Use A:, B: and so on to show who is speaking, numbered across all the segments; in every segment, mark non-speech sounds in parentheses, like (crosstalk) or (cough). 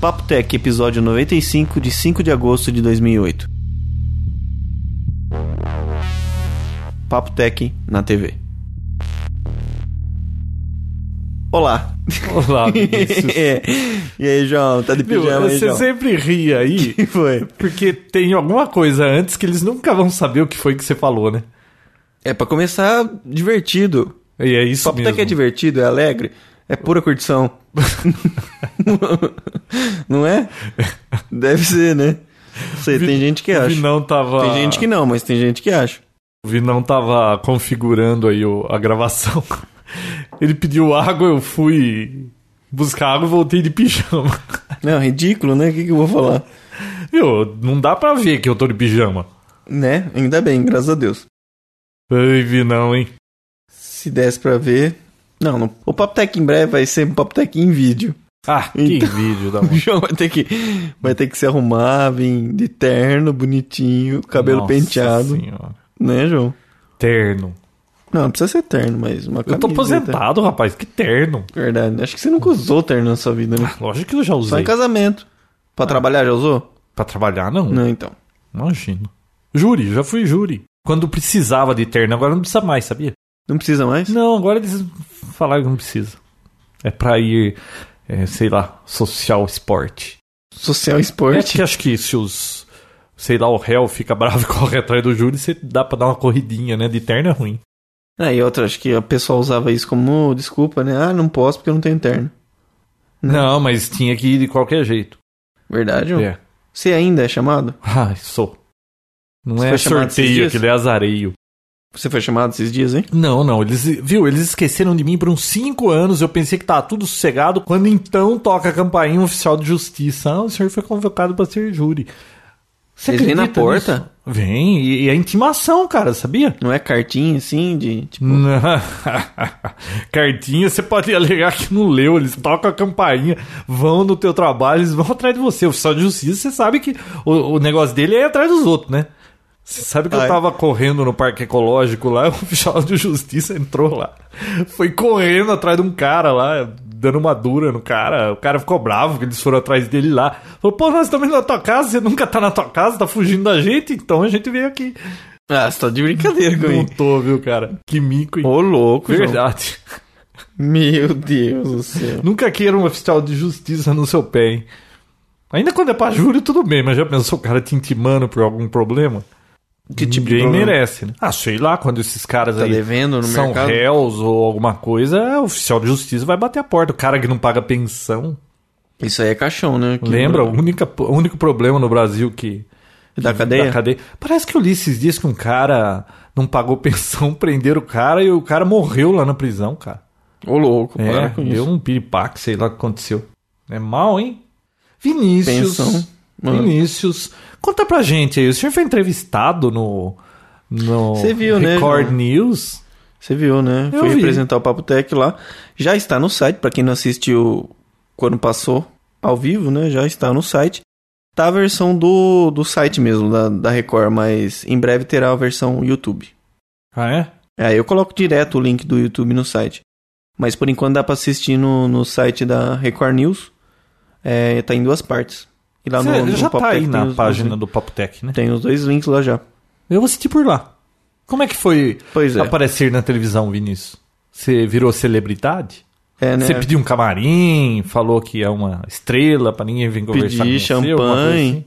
A: Papo Tech, episódio 95, de 5 de agosto de 2008. Papo Tech na TV. Olá. (laughs)
B: Olá, Vinícius.
A: É. E aí, João? Tá de
B: Meu,
A: pijama aí,
B: você
A: João?
B: sempre ri aí,
A: que (laughs) foi?
B: porque tem alguma coisa antes que eles nunca vão saber o que foi que você falou, né?
A: É, pra começar, divertido.
B: E é isso
A: Papo
B: mesmo.
A: Tech é divertido, é alegre, é pura (laughs) curtição. Não (laughs) é? Deve ser, né? Não sei, tem gente que
B: o
A: acha.
B: Vinão tava,
A: Tem gente que não, mas tem gente que acha.
B: o Vinão tava configurando aí o- a gravação. (laughs) Ele pediu água, eu fui buscar água e voltei de pijama. (laughs)
A: Não, ridículo, né? O que, que eu vou falar?
B: Meu, não dá pra ver que eu tô de pijama.
A: Né? Ainda bem, graças a Deus.
B: Ai, Vinão, hein?
A: Se desse pra ver. Não, não- o Papo Tech em breve vai ser um Papo Tech em vídeo.
B: Ah, que
A: Então-
B: vídeo da
A: O
B: mãe.
A: João vai ter que, vai ter que se arrumar, vir de terno, bonitinho, (laughs) cabelo
B: Nossa
A: penteado.
B: Senhora.
A: Né, João?
B: Terno.
A: Não, não precisa ser terno, mas uma
B: Eu
A: camisa.
B: tô
A: né?
B: aposentado, rapaz. Que terno.
A: Verdade. Acho que você nunca usou terno na sua vida, né?
B: Lógico que eu já
A: Só
B: usei. Ah.
A: em casamento. Pra trabalhar já usou?
B: Pra trabalhar, não.
A: Não, então.
B: Imagino. Júri, já fui júri. Quando precisava de terno, agora não precisa mais, sabia?
A: Não precisa mais?
B: Não, agora eles falaram que não precisa. É pra ir, é, sei lá, social esporte.
A: Social
B: É
A: esporte.
B: que acho que se os, sei lá, o réu fica (laughs) bravo e corre atrás do júri, você dá pra dar uma corridinha, né? De terno é ruim.
A: Ah, e outra, acho que o pessoal usava isso como desculpa, né? Ah, não posso porque eu não tenho terno. Não.
B: Não, mas tinha que ir de qualquer jeito.
A: Verdade, João?
B: É.
A: Você ainda é chamado?
B: Ai, sou. Não
A: Você
B: é
A: foi chamado esses
B: sorteio,
A: dias?
B: aquilo é azareio.
A: Você foi chamado esses dias, hein?
B: Não, não, eles, viu, eles esqueceram de mim por uns 5 anos, eu pensei que tava tudo sossegado, quando então toca a campainha um oficial de justiça, ah, o senhor foi convocado pra ser júri. Você
A: Eles vêm na
B: acredita
A: porta?
B: nisso? Vem, e, e a intimação, cara, sabia?
A: Não é cartinha assim de tipo.
B: Na- (laughs) Cartinha, você pode alegar que não leu, eles tocam a campainha, vão no teu trabalho, eles vão atrás de você. O oficial de justiça, você sabe que o, o negócio dele é ir atrás dos outros, né? Você sabe que
A: Ai.
B: eu tava correndo no parque ecológico lá, (laughs) o oficial de justiça entrou lá. Foi correndo atrás de um cara lá, dando uma dura no cara. O cara ficou bravo que eles foram atrás dele lá. Falou, pô, nós estamos indo na tua casa, você nunca tá na tua casa, tá fugindo da gente, então a gente veio aqui.
A: Ah, você tá de brincadeira
B: Não
A: comigo.
B: tô, viu, cara? Que mico, hein?
A: Ô, louco, João.
B: Verdade. (laughs)
A: Meu Deus do céu.
B: Nunca queira um oficial de justiça no seu pé, hein? Ainda quando é pra júri, tudo bem, mas já pensou o cara te intimando por algum problema?
A: Que tipo de
B: Ninguém
A: problema?
B: merece, né? Ah, sei lá, quando esses caras
A: Tá
B: aí
A: devendo no
B: são
A: mercado?
B: réus ou alguma coisa, é, o oficial de justiça vai bater a porta. O cara que não paga pensão.
A: Isso aí é caixão, né? Que-
B: Lembra? O única- o único problema no Brasil que.
A: Da
B: que-
A: cadeia?
B: Parece que eu li esses dias que um cara não pagou (laughs) pensão, prenderam o cara e o cara morreu lá na prisão, cara.
A: Ô, louco,
B: É,
A: para com isso.
B: deu um piripaque, sei lá o que aconteceu. É mal, hein? Vinícius.
A: Pensão. Mano.
B: Vinícius. Conta pra gente aí. O senhor foi entrevistado no. No
A: Você viu, né,
B: Record
A: João?
B: News.
A: Você viu, né?
B: Eu
A: Foi
B: vi.
A: representar o Papo Tech lá. Já está no site, pra quem não assistiu quando passou ao vivo, né? Já está no site. Tá a versão do, do site mesmo, da, da Record, mas em breve terá a versão YouTube.
B: Ah, é?
A: É, eu coloco direto o link do YouTube no site. Mas por enquanto dá pra assistir no, no site da Record News. É, tá em duas partes. E lá
B: Você
A: no, no
B: já
A: Papo
B: tá aí
A: Tech tem
B: na
A: os-
B: página
A: os-
B: do Papotec, né?
A: Tem os dois links lá já.
B: Eu assisti por lá. Como é que foi
A: Pois é.
B: aparecer na televisão, Vinícius? Você virou celebridade?
A: É, né?
B: Você pediu um camarim, falou que é uma estrela pra ninguém vir conversar
A: Pedi
B: com você, alguma coisa
A: champanhe.
B: assim?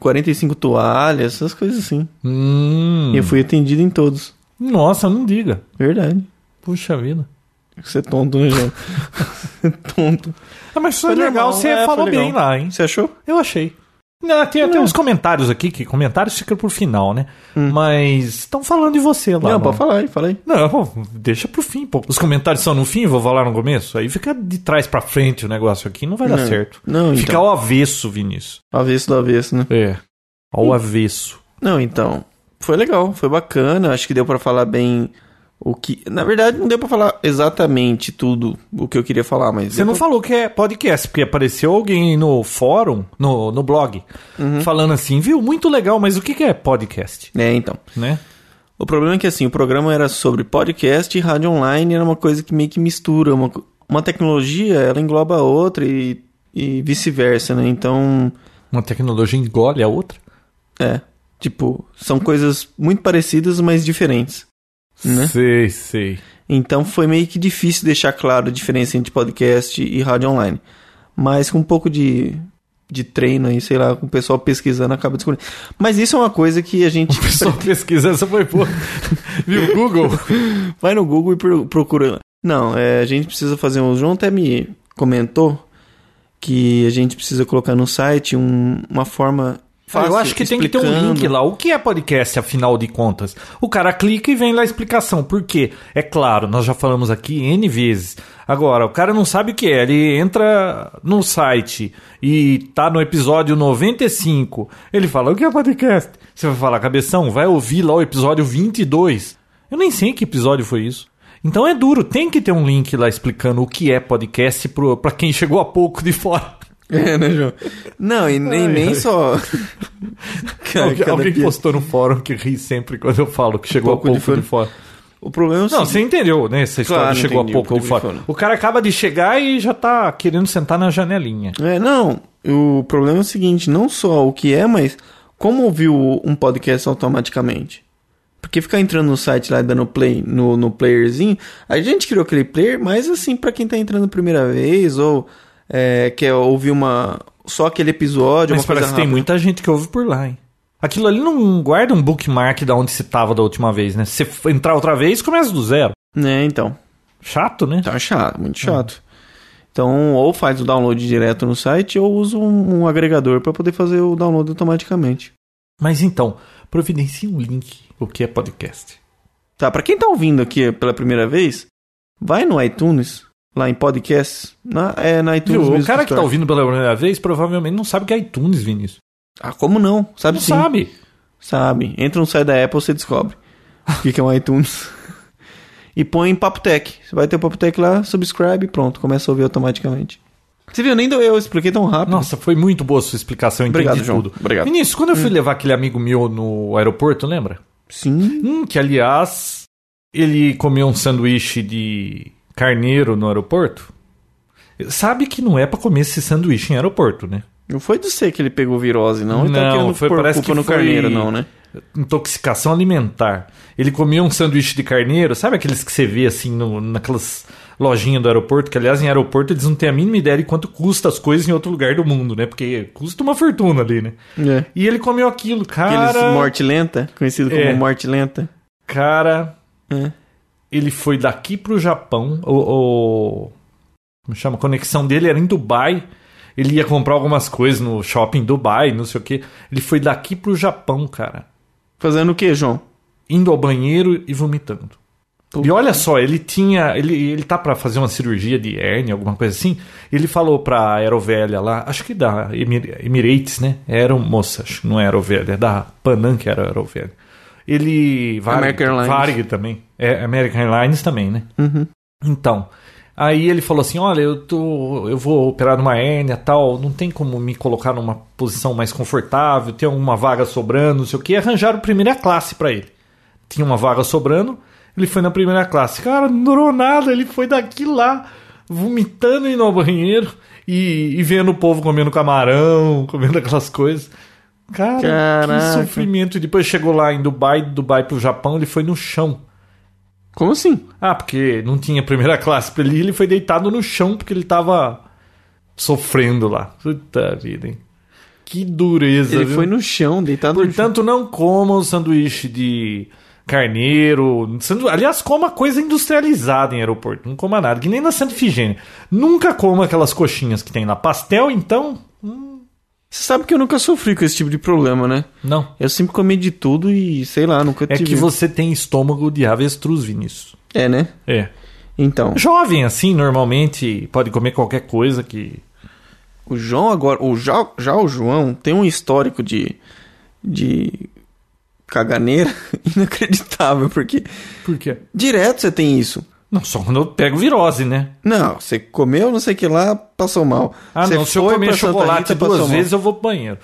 A: 45 toalhas, essas coisas assim.
B: Hum.
A: E eu fui atendido em todos.
B: Nossa, não diga.
A: Verdade.
B: Puxa vida.
A: Você é tonto, né,
B: (laughs)
A: João? Você é tonto.
B: Ah, mas foi,
A: Foi
B: legal,
A: normal,
B: você
A: é, foi
B: falou
A: legal. É.
B: bem lá, hein?
A: Você achou?
B: Eu achei. Não, tem até uns comentários aqui, que comentários fica por final, né? Mas estão falando de você lá.
A: Hum. não,
B: mano.
A: pode falar aí, fala aí.
B: Não, deixa pro fim, pô. Os comentários são no fim, vou falar no começo. Aí fica de trás pra frente o negócio aqui, não vai dar
A: Não,
B: certo.
A: não, então.
B: Fica ao avesso, Vinícius.
A: Avesso do avesso, né?
B: É. Ao avesso.
A: Não, então. Foi legal, foi bacana. Acho que deu pra falar bem o que. Na verdade, não deu pra falar exatamente tudo o que eu queria falar, mas.
B: Você não falou que é podcast, porque apareceu alguém no fórum, no, no blog,
A: Uhum.
B: falando assim, viu? Muito legal, mas o que, que é podcast?
A: É, então.
B: Né?
A: O problema é que assim, o programa era sobre podcast e rádio online era uma coisa que meio que mistura. Uma, co- uma tecnologia, ela engloba a outra e, e vice-versa, né? Então,
B: Uma tecnologia engole a outra.
A: é. Tipo, são coisas muito parecidas, mas diferentes. Né?
B: Sei, sei.
A: Então foi meio que difícil deixar claro a diferença entre podcast e rádio online. Mas com um pouco de, de treino aí, sei lá, com o pessoal pesquisando, acaba descobrindo. Mas isso é uma coisa que a
B: (laughs)
A: gente.
B: Só pesquisa, essa foi boa. viu, Google?
A: (laughs) Vai no Google e pro- procura. Não, é, a gente precisa fazer um. O João até me comentou que a gente precisa colocar no site um- uma forma. Fácil,
B: Ah, eu acho que tem que ter um
A: explicando.
B: link lá. O que é podcast, afinal de contas? O cara clica e vem lá a explicação. Por quê? É claro, nós já falamos aqui N vezes. Agora, o cara não sabe o que é. Ele entra no site e tá no episódio 95. Ele fala, o que é podcast? Você vai falar, cabeção, vai ouvir lá o episódio 22. Eu nem sei que episódio foi isso. Então é duro, tem que ter um link lá explicando o que é podcast pro- pra quem chegou há pouco de fora.
A: (laughs) É, né, João? Não, e nem,
B: Ai,
A: nem
B: ai.
A: só. Cara,
B: Algu-
A: cada
B: alguém
A: piada.
B: postou no fórum que ri sempre quando eu falo que chegou
A: Pouco
B: a
A: de
B: Um pouco de fora.
A: O problema é o
B: Não,
A: seguinte.
B: você entendeu, né? Essa história
A: Claro,
B: de chegou
A: entendi,
B: a pouco
A: pouco
B: de
A: de
B: fora.
A: fora.
B: O cara acaba de chegar e já tá querendo sentar na janelinha.
A: É, não, o problema é o seguinte, não só o que é, mas como ouvir o- um podcast automaticamente. Porque ficar entrando no site lá e dando play no, no playerzinho, a gente criou aquele player, mas assim, pra quem tá entrando a primeira vez, ou é, quer ouvir uma só aquele episódio,
B: Mas
A: uma coisa
B: parece que tem
A: rápida.
B: muita gente que ouve por lá, hein? Aquilo ali não guarda um bookmark da onde você tava da última vez, né? Se você entrar outra vez, começa do zero.
A: Né, então.
B: Chato, né?
A: Tá chato, muito chato. Então, ou faz o download direto no site, ou usa um, um agregador pra poder fazer o download automaticamente.
B: Mas então, providencie um link. O que é podcast?
A: Tá, pra quem tá ouvindo aqui pela primeira vez, vai no iTunes, lá em podcast, na, é na iTunes
B: Viu, o
A: Music
B: cara que tá
A: Store.
B: ouvindo pela primeira vez provavelmente não sabe o que é iTunes, Vinícius.
A: Ah, como não? Sabe
B: Não
A: sim.
B: sabe.
A: Sabe. Entra no site da Apple, você descobre o que, que é um iTunes. (laughs) e põe Papotec. Você vai ter o Papotec lá, subscribe e pronto, começa a ouvir automaticamente. Você viu, nem deu eu, expliquei tão rápido.
B: Nossa, foi muito boa a sua explicação, entendi
A: Obrigado, João.
B: tudo.
A: Obrigado. Hum.
B: Vinícius, quando eu fui levar aquele amigo meu no aeroporto, lembra?
A: Sim.
B: Hum, que aliás, ele comeu um sanduíche de carneiro no aeroporto. Sabe que não é pra comer esse sanduíche em aeroporto, né?
A: Não foi de você que ele pegou virose, não? Ele
B: Não,
A: tá querendo
B: foi-
A: pôr
B: parece
A: culpa
B: que
A: no
B: foi-
A: carneiro, não, né?
B: Intoxicação alimentar. Ele comeu um sanduíche de carneiro, sabe aqueles que você vê assim no, naquelas lojinhas do aeroporto, que aliás em aeroporto eles não têm a mínima ideia de quanto custa as coisas em outro lugar do mundo, né? Porque custa uma fortuna ali, né?
A: É.
B: E ele comeu aquilo, cara.
A: Aqueles morte lenta, conhecido como
B: É.
A: morte lenta.
B: Cara,
A: É.
B: ele foi daqui pro Japão. O, o- como chama? A conexão dele era em Dubai. Ele ia comprar algumas coisas no shopping Dubai, não sei o que. Ele foi daqui pro Japão, cara.
A: Fazendo o que, João?
B: Indo ao banheiro e vomitando. E olha só, ele tinha. Ele, ele tá pra fazer uma cirurgia de hérnia, alguma coisa assim. Ele falou pra Aerovelha lá, acho que da Emir- Emirates, né? Era moça, acho que não é Aerovelha, é da Panam que era Aerovelha. Ele. Varig,
A: American Airlines. Uhum.
B: Varig também. É, American Airlines também, né? Então. Aí ele falou assim: olha, eu, tô, eu vou operar numa hérnia tal, não tem como me colocar numa posição mais confortável, tem alguma vaga sobrando, não sei o que. Arranjaram primeira classe pra ele. Tinha uma vaga sobrando, ele foi na primeira classe. Cara, não durou nada, ele foi daqui lá, vomitando indo ao banheiro e, e vendo o povo comendo camarão, (laughs) comendo aquelas coisas. Cara, que
A: Caraca.
B: sofrimento. E Depois chegou lá em Dubai, de Dubai pro Japão, ele foi no chão.
A: Como assim?
B: Ah, porque não tinha primeira (laughs) classe pra ele, ele foi deitado no chão porque ele tava sofrendo lá. Puta vida, hein? Que dureza,
A: Ele
B: viu?
A: foi no chão, deitado no chão.
B: Portanto, não comam sanduíche de carneiro. sandu- Aliás, coma coisa industrializada em aeroporto. Não coma nada, que nem na Santa Figênia. Nunca coma aquelas coxinhas que tem lá. Pastel, então, hum,
A: Você sabe que eu nunca sofri com esse tipo de problema, né?
B: Não.
A: Eu sempre comi de tudo e, sei lá, nunca
B: É
A: tive.
B: que você tem estômago de avestruz, Vinícius.
A: É, né?
B: É.
A: Então,
B: Jovem, assim, normalmente, pode comer qualquer coisa que.
A: o João agora. O já, já o João tem um histórico de. de. caganeira (laughs) inacreditável, porque
B: Por quê?
A: direto você tem isso.
B: Não, só quando eu pego virose, né?
A: Não, você comeu não sei o que lá, passou mal.
B: Ah,
A: você
B: não, se eu
A: foi
B: comer
A: pra Santa
B: chocolate
A: Rita,
B: duas
A: passou mal.
B: vezes, eu vou pro banheiro.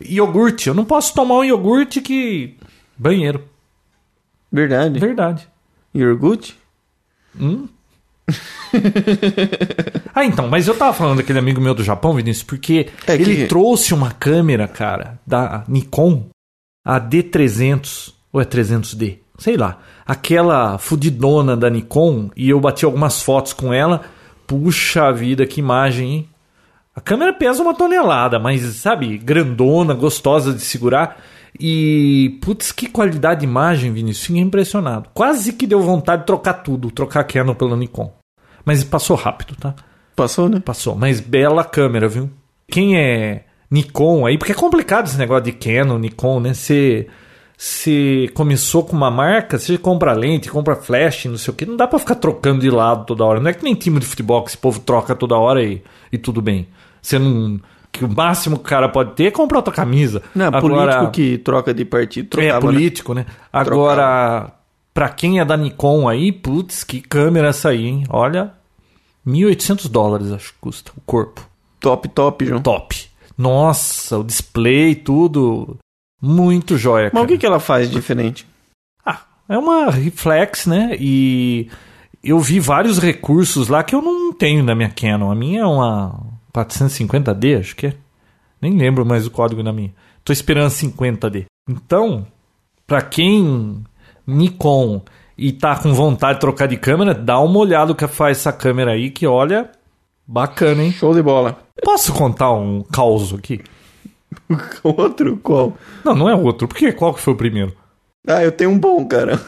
B: Iogurte, eu não posso tomar um iogurte que. Banheiro.
A: Verdade.
B: Verdade.
A: Iogurte?
B: Hum? ah, então, mas eu tava falando daquele amigo meu do Japão, Vinícius, porque
A: É que-
B: ele trouxe uma câmera, cara, da Nikon, a D300, ou é 300D, sei lá, aquela fudidona da Nikon, e eu bati algumas fotos com ela. Puxa vida, que imagem, hein? A câmera pesa uma tonelada, mas sabe, grandona, gostosa de segurar. E putz, que qualidade de imagem, Vinícius. Fiquei impressionado. Quase que deu vontade de trocar tudo, trocar a Canon pela Nikon. Mas passou rápido, tá?
A: Passou, né?
B: Passou. Mas bela câmera, viu? Quem é Nikon aí, porque é complicado esse negócio de Canon, Nikon, né? Você você começou com uma marca, você compra lente, compra flash, não sei o que, não dá pra ficar trocando de lado toda hora. Não é que nem time de futebol que esse povo troca toda hora e, e tudo bem. Você não. Que o máximo que o cara pode ter é comprar outra camisa.
A: Não,
B: Agora-
A: político que troca de partido. Trocava,
B: é,
A: né?
B: político, né? Agora, pra quem é da Nikon aí, putz, que câmera essa aí, hein? Olha, 1.800 dólares, acho que custa o corpo.
A: Top, top, João.
B: Top. Nossa, o display, tudo. Muito joia,
A: Mas
B: cara.
A: o que, que ela faz de diferente?
B: Ah, é uma reflex, né? E eu vi vários recursos lá que eu não tenho na minha Canon. A minha é uma 450D, acho que é. Nem lembro mais o código na minha. Tô esperando a 50D. Então, pra quem Nikon e tá com vontade de trocar de câmera, dá uma olhada o que faz essa câmera aí, que olha, bacana, hein?
A: Show de bola.
B: Posso contar um caos aqui?
A: (laughs) Outro qual?
B: Não, não é outro. Porque qual que foi o primeiro?
A: Ah, eu tenho um bom,
B: (laughs)
A: cara.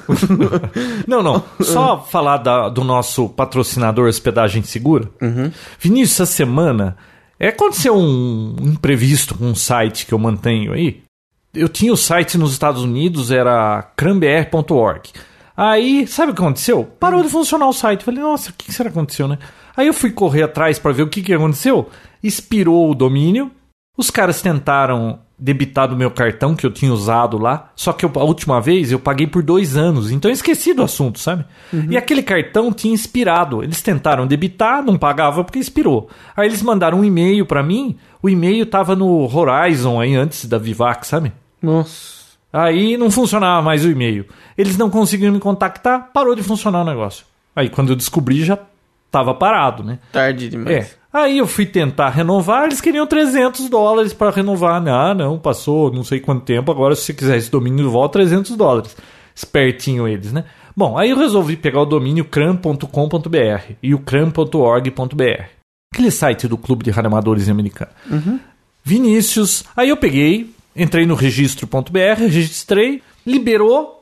B: Não, não. Só falar da- do nosso patrocinador Hospedagem Segura. Vinícius, essa semana é, aconteceu um imprevisto com um site que eu mantenho aí. Eu tinha o site nos Estados Unidos, era crambr.org. Aí, sabe o que aconteceu? Parou de funcionar o site. Falei, nossa, o que que será que aconteceu, né? Aí eu fui correr atrás para ver o que, que aconteceu. Expirou o domínio. Os caras tentaram debitar do meu cartão que eu tinha usado lá. Só que eu- a última vez eu paguei por dois anos. Então eu esqueci do assunto, sabe? E aquele cartão tinha expirado. Eles tentaram debitar, não pagava porque expirou. Aí eles mandaram um e-mail para mim. O e-mail tava no Horizon aí antes da Vivac, sabe?
A: Nossa.
B: Aí não funcionava mais o e-mail. Eles não conseguiram me contactar, parou de funcionar o negócio. Aí quando eu descobri já tava parado, né?
A: Tarde
B: É.
A: demais.
B: Aí eu fui tentar renovar, eles queriam 300 dólares para renovar. Ah, não, passou não sei quanto tempo, agora se você quiser esse domínio de volta, 300 dólares. Espertinho eles, né? Bom, aí eu resolvi pegar o domínio cram.com.br e o cram.org.br. Aquele site do Clube de Radioamadores Americano. Vinícius. Aí eu peguei, entrei no registro.br, registrei, liberou,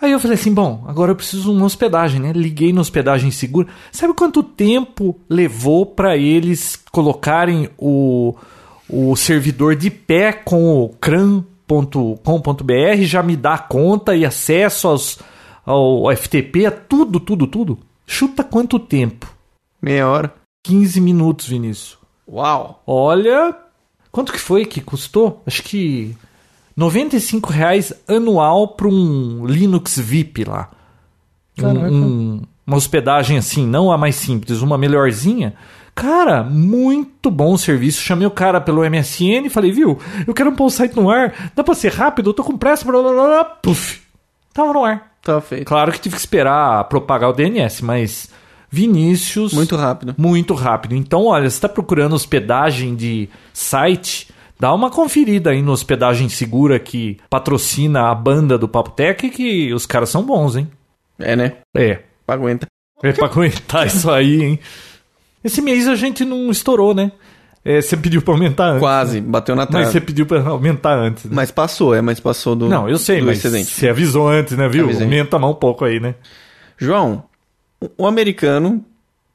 B: Aí eu falei assim, bom, agora eu preciso de uma hospedagem, né? Liguei na hospedagem segura. Sabe quanto tempo levou para eles colocarem o, o servidor de pé com o cram.com.br, já me dá conta e acesso aos, ao FTP, a tudo, tudo, tudo? Chuta quanto tempo?
A: Meia hora.
B: 15 minutos, Vinícius.
A: Uau.
B: Olha, quanto que foi que custou? Acho que R$ 95 reais anual para um Linux VIP lá. Um- um- uma hospedagem assim, não a mais simples, uma melhorzinha. Cara, muito bom serviço. Chamei o cara pelo MSN e falei, viu, eu quero um pôr o site no ar. Dá pra ser rápido? Eu tô com pressa. Blá, blá, blá, blá. Puf, tava no ar.
A: Tá feito.
B: Claro que tive que esperar propagar o DNS, mas Vinícius...
A: Muito rápido.
B: Muito rápido. Então, olha, você está procurando hospedagem de site, dá uma conferida aí no Hospedagem Segura que patrocina a banda do Papo Tech, que os caras são bons, hein?
A: É, né?
B: É.
A: Aguenta.
B: É
A: (laughs)
B: pra aguentar isso aí, hein? Esse mês a gente não estourou, né? É, você pediu pra aumentar antes.
A: Quase. Bateu na trave.
B: Mas
A: Mas,
B: você pediu pra aumentar antes. né?
A: passou, é, mas passou do
B: Não, eu sei,
A: do
B: mas
A: excedente.
B: você avisou antes, né, viu?
A: Avisei.
B: Aumenta mais um pouco aí, né?
A: João, o americano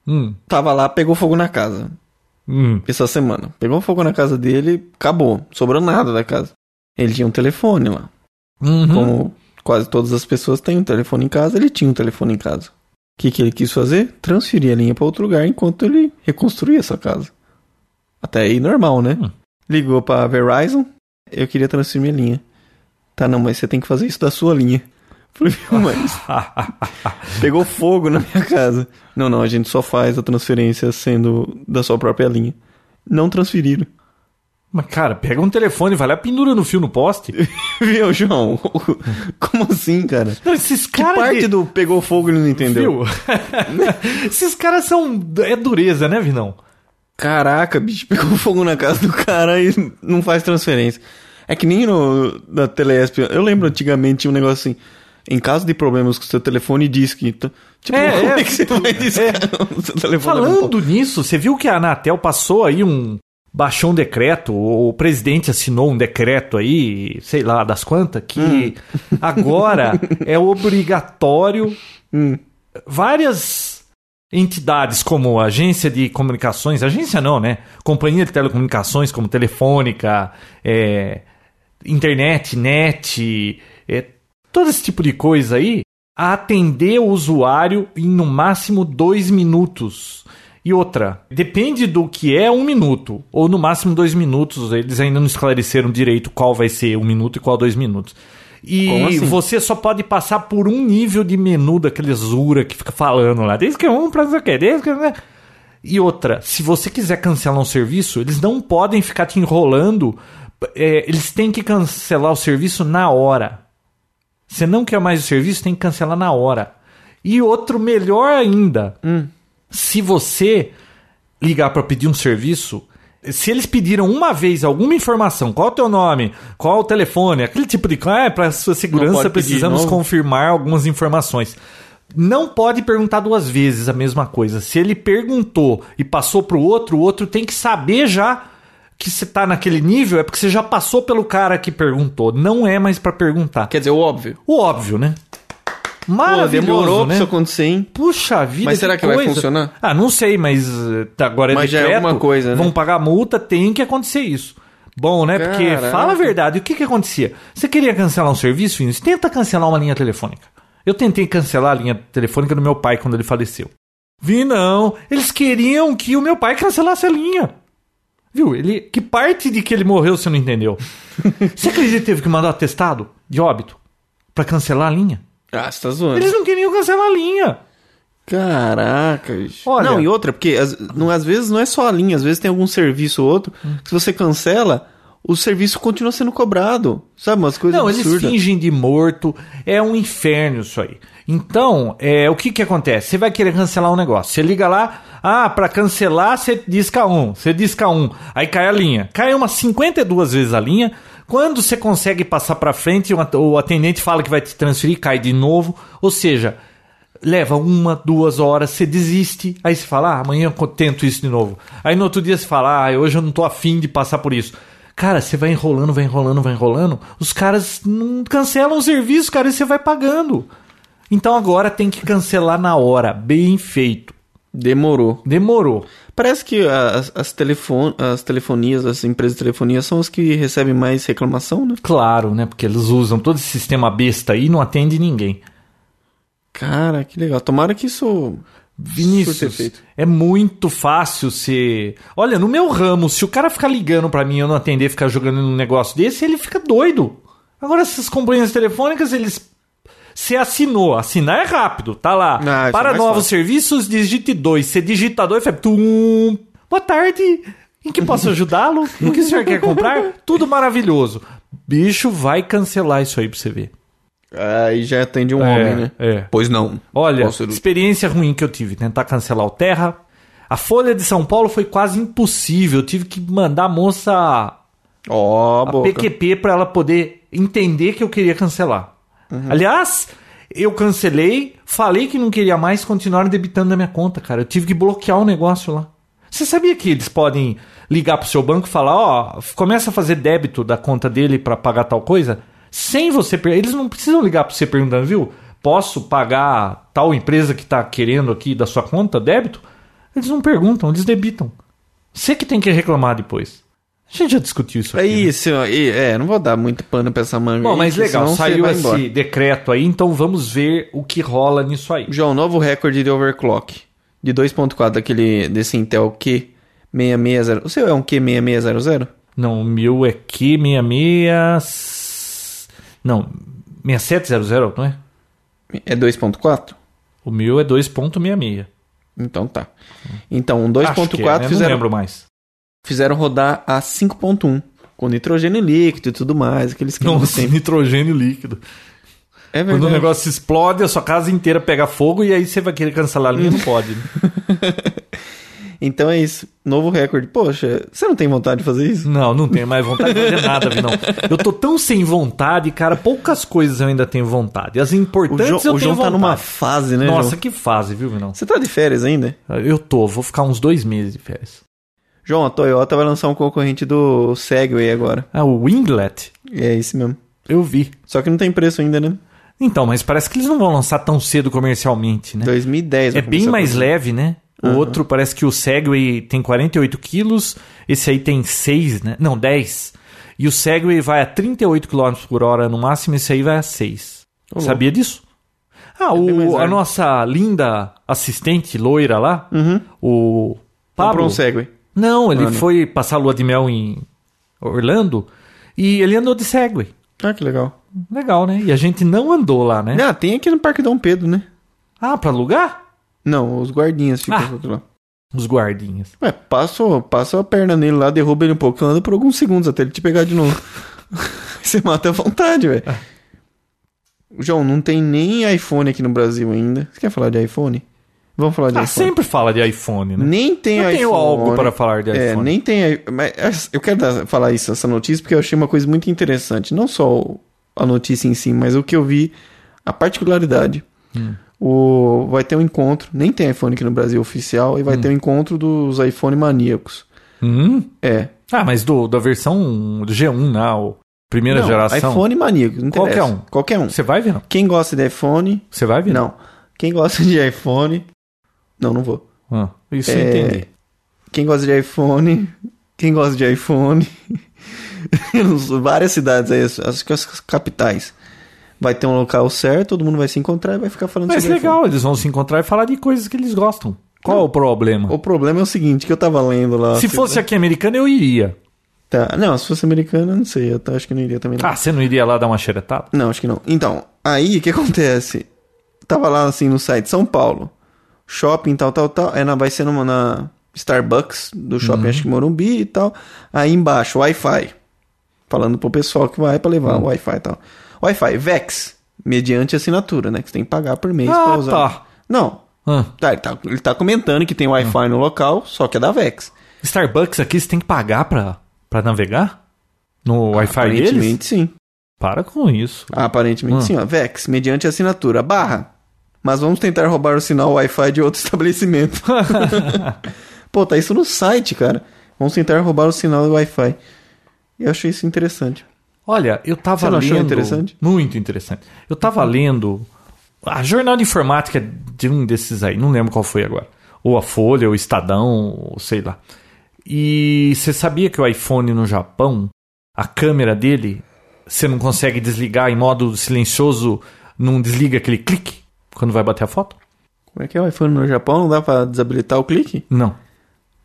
B: Hum.
A: tava lá, pegou fogo na casa.
B: Hum.
A: essa semana. Pegou fogo na casa dele, acabou. Sobrou nada da casa. Ele tinha um telefone lá. Uhum. Como quase todas as pessoas têm um telefone em casa, ele tinha um telefone em casa. O que, que ele quis fazer? Transferir a linha para outro lugar enquanto ele reconstruía essa casa. Até aí normal, né?
B: Hum.
A: Ligou para Verizon, eu queria transferir minha linha. Tá, não, mas você tem que fazer isso da sua linha. (laughs) Falei, "Viu, mas pegou fogo na minha casa. Não, não, a gente só faz a transferência sendo da sua própria linha. Não transferiram. (laughs)
B: Mas, cara, pega um telefone, vai lá, pendura no fio
A: (laughs)
B: no poste.
A: Viu, João? (laughs) Como assim, cara?
B: Não, esses
A: Que
B: caras.
A: parte
B: de-
A: do pegou fogo ele não entendeu?
B: Fio. (laughs) esses caras são. É dureza, né, Vinão?
A: Caraca, bicho, (laughs) pegou fogo na casa do cara e não faz transferência. É que nem no da Telesp. Eu lembro antigamente tinha um negócio assim. Em caso de problemas com seu telefone disque. t- Tipo,
B: É,
A: como é,
B: é,
A: que você vai discar (laughs) o seu telefone?
B: Falando nisso, você viu que a Anatel passou aí um. Baixou um decreto, ou o presidente assinou um decreto aí, sei lá das quantas, que (laughs) agora é obrigatório
A: Hum.
B: várias entidades como agência de comunicações, agência não, né? Companhia de telecomunicações como Telefônica, é, internet, net, é, todo esse tipo de coisa aí, a atender o usuário em no máximo dois minutos. E outra, depende do que é um minuto, ou no máximo dois minutos, eles ainda não esclareceram direito qual vai ser um minuto e qual dois minutos. E
A: Como assim?
B: você só pode passar por um nível de menu daquele Zura que fica falando lá, desde que é um pra não sei o que, desde que... né? E outra, se você quiser cancelar um serviço, eles não podem ficar te enrolando. é, eles têm que cancelar o serviço na hora. Você não quer mais o serviço, tem que cancelar na hora. E outro melhor ainda,
A: Hum.
B: se você ligar para pedir um serviço, se eles pediram uma vez alguma informação, qual é o teu nome, qual é o telefone, aquele tipo de coisa, ah, para sua
A: Não
B: segurança
A: pode pedir de
B: precisamos
A: novo.
B: confirmar algumas informações. Não pode perguntar duas vezes a mesma coisa. Se ele perguntou e passou para o outro, o outro tem que saber já que você tá naquele nível, é porque você já passou pelo cara que perguntou. Não é mais para perguntar.
A: Quer dizer, o óbvio.
B: O óbvio, né?
A: Pô,
B: Maravilhoso,
A: demorou pra
B: né?
A: isso acontecer, hein?
B: Puxa vida,
A: Mas será que vai funcionar?
B: Ah, não sei, mas eh, tá, agora é
A: Mas já é
B: decreto.
A: alguma coisa, né?
B: Vão pagar multa, tem que acontecer isso. Bom, né? Porque
A: Caraca.
B: fala a verdade, o que que acontecia? Você queria cancelar um serviço, Vinícius? Tenta cancelar uma linha telefônica. Eu tentei cancelar a linha telefônica do meu pai quando ele faleceu. Vi não, eles queriam que o meu pai cancelasse a linha. Viu? Ele, que parte de que ele morreu você
A: (laughs)
B: não entendeu? você acredita que teve que mandar atestado de óbito pra cancelar a linha?
A: Ah, você tá zoando.
B: Eles não queriam cancelar a linha.
A: Caraca, bicho.
B: Olha-
A: Não, e outra, porque às, não, às vezes não é só a linha, às vezes tem algum serviço ou outro. que Se você cancela, o serviço continua sendo cobrado. Sabe, umas coisas
B: Não, eles
A: absurdas.
B: fingem de morto. É um inferno isso aí. Então, é, o que que acontece? Você vai querer cancelar um negócio. Você liga lá, ah, pra cancelar você disca um, você disca um. Aí cai a linha. Cai umas 52 vezes a linha. Quando você consegue passar pra frente, o at- o atendente fala que vai te transferir, cai de novo. Ou seja, leva uma, duas horas, você desiste. Aí você fala, ah, amanhã eu tento isso de novo. Aí no outro dia você fala, ah, hoje eu não tô afim de passar por isso. Cara, você vai enrolando, vai enrolando, vai enrolando. Os caras não cancelam o serviço, cara, e você vai pagando. Então agora tem que cancelar na hora. Bem feito.
A: Demorou.
B: Demorou.
A: Parece que as, as, telefon, as telefonias, as empresas de telefonia são as que recebem mais reclamação, né?
B: Claro, né? Porque eles usam todo esse sistema besta aí e não atende ninguém.
A: Cara, que legal. Tomara que isso. Surta
B: Vinícius,
A: efeito.
B: é muito fácil ser. Olha, no meu ramo, se o cara ficar ligando pra mim e eu não atender, ficar jogando num negócio desse, ele fica doido. Agora, essas companhias telefônicas, eles. Você assinou. Assinar é rápido, tá lá.
A: Ah, isso é
B: Para
A: mais
B: novos
A: fácil.
B: serviços, digite 2. Você digita 2, faz tum. Boa tarde. Em que posso ajudá-lo? O que o senhor quer comprar? Tudo maravilhoso. Bicho vai cancelar isso aí pra você ver.
A: Aí já atende um
B: É,
A: homem, né?
B: é.
A: Pois não.
B: Olha,
A: Posso-
B: experiência ruim que eu tive, tentar cancelar o Terra. A Folha de São Paulo foi quase impossível. Eu tive que mandar a moça a
A: Ó, boca.
B: PQP para ela poder entender que eu queria cancelar.
A: Uhum.
B: Aliás, eu cancelei, falei que não queria mais, continuaram debitando da minha conta, cara. Eu tive que bloquear o negócio lá. Você sabia que eles podem ligar pro seu banco e falar, ó, começa a fazer débito da conta dele para pagar tal coisa, sem você, per- eles não precisam ligar para você perguntando, viu? Posso pagar tal empresa que tá querendo aqui da sua conta débito? Eles não perguntam, eles debitam. Você que tem que reclamar depois. A gente já discutiu isso
A: É
B: aqui. né?
A: isso, e- é, não vou dar muito pano pra essa manga.
B: Bom,
A: aí,
B: mas
A: que
B: legal,
A: senão você
B: saiu
A: vai
B: esse
A: embora.
B: decreto aí, então vamos ver o que rola nisso aí.
A: Já um novo recorde de overclock. De 2.4 daquele, desse Intel Q660. O seu é um Q6600?
B: Não, o meu é Q66. Não, 6700, não é?
A: É 2.4?
B: O meu é 2.66.
A: Então tá. Então, um
B: Acho que
A: 2.4
B: é, né? Não
A: fizeram,
B: lembro mais.
A: fizeram rodar a 5.1. Com nitrogênio líquido e tudo mais, aqueles que
B: Nossa, nitrogênio líquido.
A: É
B: Quando o
A: verdade.
B: negócio explode, a sua casa inteira pega fogo e aí você vai querer cancelar a linha, não pode. né?
A: Então é isso. Novo recorde. Poxa, você não tem vontade de fazer isso?
B: (laughs) Não, não tenho mais vontade de fazer nada, Vinão. Eu tô tão sem vontade, cara. Poucas coisas eu ainda tenho vontade. As
A: O,
B: importantes
A: João-
B: eu
A: o
B: tenho
A: João tá
B: vontade.
A: numa fase, né,
B: Nossa,
A: João?
B: que fase, viu, Vinão?
A: Você tá de férias ainda?
B: Eu tô, vou ficar uns dois meses de férias.
A: João, a Toyota vai lançar um concorrente do Segway agora.
B: Ah, o Winglet,
A: É esse mesmo.
B: eu vi.
A: Só que não tem preço ainda, né?
B: Então, mas parece que eles não vão lançar tão cedo comercialmente, né?
A: 2010.
B: É
A: vai
B: bem
A: começar
B: mais
A: a-
B: leve, né? O outro parece que o Segway tem 48 quilos, esse aí tem 6, né? Não, 10. E o Segway vai a 38 km por hora no máximo, esse aí vai a 6.
A: Ô, louco. É
B: Sabia disso? Ah,
A: bem mais
B: o, a
A: leve.
B: nossa linda assistente loira lá,
A: Uhum.
B: o Pablo,
A: Comprou um Segway.
B: Não, ele
A: Mano.
B: foi passar a lua de mel em Orlando e ele andou de Segway.
A: Ah, que legal.
B: Legal, né? E a gente não andou lá, né?
A: Ah, tem aqui no Parque Dom Pedro, né?
B: Ah, pra alugar?
A: Não, os guardinhas ficam
B: Ah.
A: do outro lado.
B: Os guardinhas.
A: Ué, É, passa, o- passa a perna nele lá, derruba ele um pouco, anda por alguns segundos até ele te pegar de novo. (laughs) Você mata à vontade, velho. João, não tem nem iPhone aqui no Brasil ainda. Você quer falar de iPhone? Vamos falar de
B: Ah,
A: iPhone.
B: sempre fala de iPhone, né?
A: Nem tem
B: Eu
A: iPhone.
B: tenho algo para falar de
A: É,
B: iPhone.
A: nem tem. Mas eu quero dar- falar isso, essa notícia, porque eu achei uma coisa muito interessante. Não só o- a notícia em si, mas o que eu vi, a particularidade.
B: Hum.
A: O, vai ter um encontro, nem tem iPhone aqui no Brasil oficial, e vai ter um encontro dos iPhone maníacos.
B: Hum?
A: É.
B: Ah, mas do, da versão G1, né? O primeira
A: Não,
B: geração.
A: iPhone maníaco, não
B: Qualquer
A: interessa.
B: um.
A: Qualquer um.
B: Você vai ver, não?
A: Quem gosta de iPhone.
B: Você vai ver?
A: Não. Quem gosta de iPhone. Não, não vou.
B: Ah, isso eu
A: É,
B: entendi.
A: Quem gosta de iPhone. Quem gosta de iPhone. (laughs) eu não sei, Várias cidades aí, as- acho que as capitais. Vai ter um local certo, todo mundo vai se encontrar e vai ficar falando
B: Mas
A: sobre
B: legal, eles vão se encontrar e falar de coisas que eles gostam. Qual o problema?
A: iPhone. O problema é o seguinte, que eu tava lendo lá.
B: Se fosse aqui americano, eu iria.
A: Tá. Não, se fosse americano, eu não sei. Eu tá- acho que não iria também. não.
B: Ah, você não iria lá dar uma xeretada?
A: Não, acho que não. Então, aí o que (laughs) acontece? Tava lá assim no site São Paulo. Shopping, tal, tal, tal. É, na, vai ser numa, na Starbucks do
B: Uhum.
A: shopping, acho que Morumbi e tal. Aí embaixo, Wi-Fi. Falando pro pessoal que vai pra levar
B: Uhum.
A: o Wi-Fi e tal. Wi-Fi, Vex. Mediante assinatura, né? Que você tem que pagar por mês
B: Ah,
A: pra usar.
B: tá.
A: Não.
B: Ah,
A: Tá, ele tá, ele tá comentando que tem
B: Uhum.
A: Wi-Fi no local, só que é da Vex.
B: Starbucks aqui você tem que pagar pra, pra navegar? No Wi-Fi deles?
A: Aparentemente sim.
B: Para com isso.
A: Ah, Aparentemente
B: Hum.
A: sim, ó. Vex, mediante assinatura. Barra. Mas vamos tentar roubar o sinal Wi-Fi de outro (laughs)
B: (laughs)
A: estabelecimento. Pô, tá isso no site, cara. Vamos tentar roubar o sinal do Wi-Fi. E eu achei isso interessante.
B: Olha, eu tava
A: Você não
B: lendo.
A: achou interessante?
B: Muito interessante. Eu tava lendo. A Jornal de Informática de um desses aí, não lembro qual foi agora. Ou a Folha, ou o Estadão, ou sei lá. E você sabia que o iPhone no Japão, a câmera dele, você não consegue desligar em modo silencioso, não desliga aquele clique quando vai bater a foto?
A: Como é que é o iPhone no Japão? Não dá pra desabilitar o clique?
B: Não.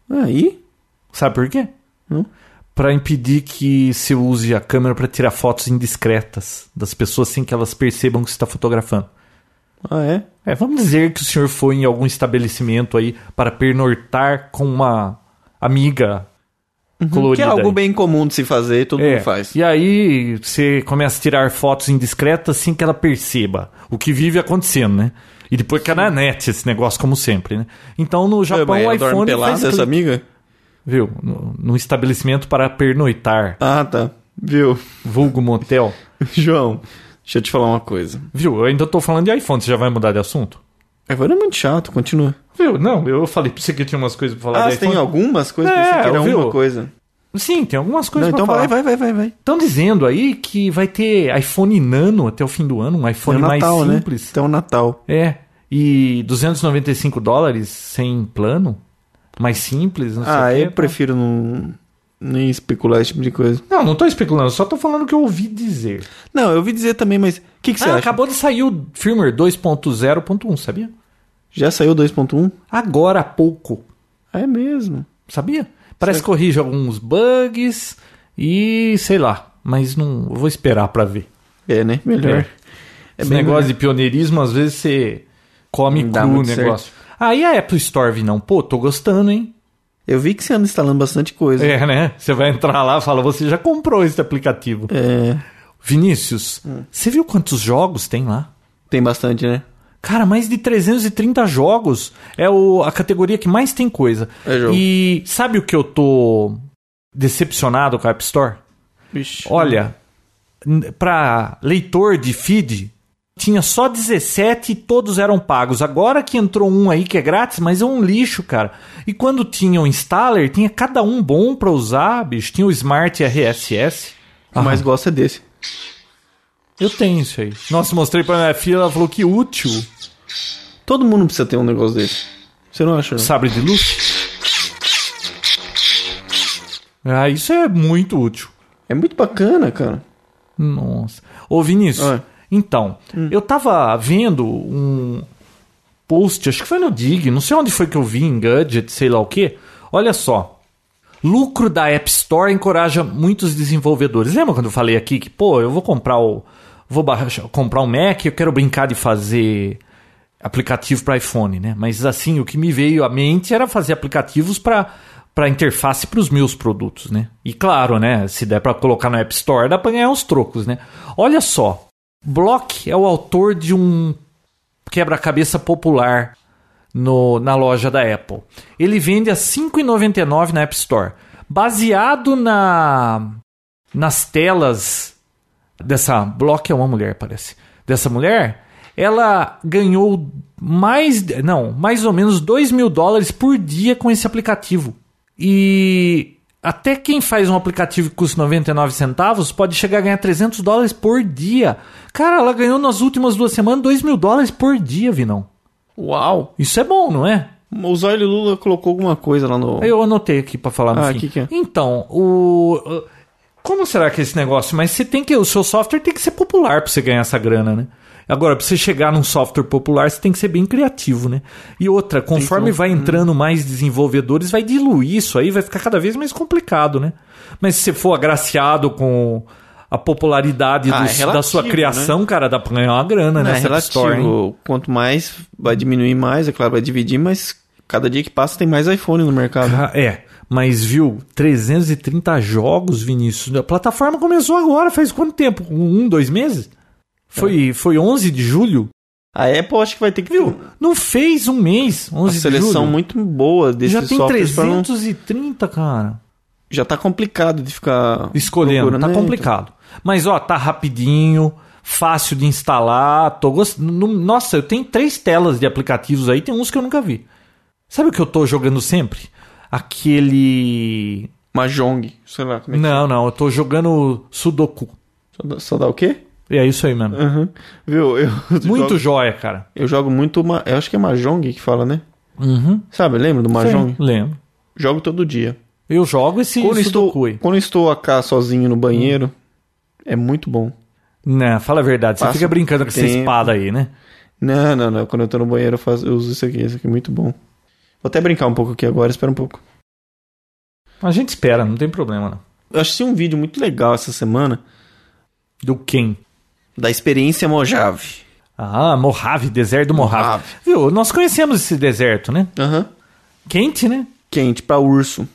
A: Aí?
B: Sabe por quê?
A: Hum.
B: Pra impedir que se use a câmera pra tirar fotos indiscretas das pessoas sem que elas percebam que você está fotografando.
A: Ah, é?
B: É, vamos dizer que o senhor foi em algum estabelecimento aí para pernortar com uma amiga colorida.
A: que é algo
B: aí.
A: bem comum de se fazer, todo
B: É,
A: mundo faz.
B: E aí você começa a tirar fotos indiscretas sem que ela perceba o que vive acontecendo, né? E depois que é na net esse negócio, como sempre, né? Então no
A: Ah,
B: Japão
A: mas
B: o
A: ela dorme
B: iPhone faz
A: pelada, essa
B: clique,
A: amiga?
B: viu? No, num estabelecimento para pernoitar,
A: Ah, tá. Viu? (laughs)
B: vulgo motel.
A: João, deixa eu te falar uma coisa.
B: Viu? Eu ainda tô falando de iPhone, você já vai mudar de assunto?
A: iPhone é muito chato, continua.
B: Viu? Não, eu falei pra você que tinha umas coisas pra falar
A: Ah,
B: de
A: você tem
B: iPhone.
A: algumas coisas?
B: É,
A: Pensei que era
B: viu?
A: uma coisa.
B: Sim, tem algumas
A: Não,
B: coisas pra
A: então
B: falar.
A: vai, vai, vai, vai, vai.
B: Estão dizendo aí que vai ter iPhone Nano até o fim do ano, um iPhone
A: É
B: mais
A: Natal, né?
B: simples.
A: Então Natal.
B: É. E 295 dólares sem plano. mais simples, não sei o
A: Ah,
B: quê, tá.
A: eu
B: pá.
A: prefiro não nem especular esse tipo de coisa.
B: Não, não tô especulando, só tô falando o que eu ouvi dizer.
A: Não, eu ouvi dizer também, mas o que, que você
B: Ah,
A: acha?
B: acabou de sair o firmware 2.0.1, sabia?
A: Já saiu 2.1?
B: Agora há pouco,
A: Ah, é mesmo.
B: sabia? Parece que corrige alguns bugs e sei lá, mas não eu vou esperar pra ver.
A: É, né? Melhor. É
B: Esse
A: bem
B: negócio
A: melhor.
B: de pioneirismo, às vezes você come
A: Não dá
B: cru o
A: muito
B: negócio. Aí a Apple Store vi, não, pô, tô gostando, hein?
A: Eu vi que você anda instalando bastante coisa.
B: É, né? Você vai entrar lá e fala, você já comprou esse aplicativo.
A: É,
B: Vinícius,
A: Hum.
B: você viu quantos jogos tem lá?
A: Tem bastante, né?
B: Cara, mais de 330 jogos. É o, a categoria que mais tem coisa.
A: É jogo.
B: E sabe o que eu tô decepcionado com a App Store?
A: Vixe.
B: Olha, n- pra leitor de feed, tinha só 17 e todos eram pagos. Agora que entrou um aí que é grátis, mas é um lixo, cara. E quando tinha o installer, tinha cada um bom pra usar, bicho. Tinha o Smart RSS.
A: O que
B: Ah.
A: mais gosta é desse.
B: Eu tenho isso aí. Nossa, mostrei pra minha filha, ela falou que útil.
A: Todo mundo precisa ter um negócio desse. Você não acha? não?
B: Sabre de luz. Ah, isso é muito útil.
A: É muito bacana, cara.
B: Nossa. Ô, Vinícius,
A: Ah.
B: então, eu tava vendo um post, acho que foi no Dig, não sei onde foi que eu vi, em Gadget, sei lá o quê. Olha só. Lucro da App Store encoraja muitos desenvolvedores. Lembra quando eu falei aqui que, pô, eu vou comprar o. Vou baixar- comprar um Mac, eu quero brincar de fazer aplicativo para iPhone, né? Mas assim, o que me veio à mente era fazer aplicativos para para interface para os meus produtos, né? E claro, né, se der para colocar na App Store, dá para ganhar uns trocos, né? Olha só, Block é o autor de um quebra-cabeça popular no- na loja da Apple. Ele vende a R$ 5,99 na App Store, baseado na nas telas dessa Block é uma mulher, parece. Dessa mulher, ela ganhou mais, não, mais ou menos 2 mil dólares por dia com esse aplicativo. E até quem faz um aplicativo que custa 99 centavos pode chegar a ganhar 300 dólares por dia. Cara, ela ganhou nas últimas duas semanas 2 mil dólares por dia, Vinão.
A: Uau!
B: Isso é bom, não é?
A: O Zóio Lula colocou alguma coisa lá no.
B: Eu anotei aqui pra falar no
A: Ah,
B: fim.
A: que que é?
B: Então, o. Como será que é esse negócio? Mas você tem que. O seu software tem que ser popular pra você ganhar essa grana, né? Agora, pra você chegar num software popular, você tem que ser bem criativo, né? E outra, conforme
A: hum.
B: vai entrando mais desenvolvedores, vai diluir isso aí, vai ficar cada vez mais complicado, né? Mas se você for agraciado com a popularidade
A: Ah,
B: do-
A: é
B: da
A: relativo,
B: sua criação, cara, dá pra ganhar uma grana
A: Não, é
B: nessa App
A: relativo.
B: Store, hein?
A: Quanto mais vai diminuir mais, é claro, vai dividir, mas cada dia que passa tem mais iPhone no mercado.
B: Ca- É, mas viu, 330 jogos, Vinícius. A plataforma começou agora, faz quanto tempo? Um, um, dois meses?
A: É.
B: Foi, foi 11 de julho?
A: A Apple acho que vai ter que
B: Viu?
A: ter
B: Não fez um mês, 11
A: uma
B: de
A: seleção
B: julho.
A: muito boa desses
B: Já tem
A: softwares pra não-
B: 330, cara.
A: Já tá complicado de ficar
B: Escolhendo,
A: procurando,
B: tá
A: né?
B: complicado. Mas ó, tá rapidinho, fácil de instalar. Tô gost... no- Nossa, eu tenho três telas de aplicativos aí, tem uns que eu nunca vi. Sabe o que eu tô jogando sempre? Aquele
A: Então, Mahjong, sei lá como é que
B: Não, não, eu tô jogando Sudoku.
A: Só dá, só dá o quê?
B: E é isso aí mesmo.
A: Aham. Viu? Eu (laughs)
B: Muito
A: jogo,
B: joia, cara.
A: eu jogo muito. ma- Eu acho que é Mahjong que fala, né?
B: Uhum.
A: Sabe, lembra do Mahjong?
B: Lembro.
A: Jogo todo dia.
B: Eu jogo esse
A: Quando estou,
B: Sudoku aí.
A: quando estou acá sozinho no banheiro,
B: Hum.
A: é muito bom.
B: Não, Né, fala a verdade. Você
A: Passa
B: fica brincando com essa
A: tempo.
B: espada aí, né?
A: Não, não, não. Quando eu tô no banheiro, eu, faço, eu uso isso aqui. Isso aqui é muito bom. Vou até brincar um pouco aqui agora, espera um pouco.
B: A gente espera, não tem problema, não.
A: Eu achei um vídeo muito legal essa semana
B: Do quem?
A: da experiência Mojave.
B: Ah, Mojave, deserto do Mojave.
A: Mojave.
B: Viu? Nós conhecemos esse deserto, né?
A: Aham.
B: Quente, né?
A: Quente, pra urso.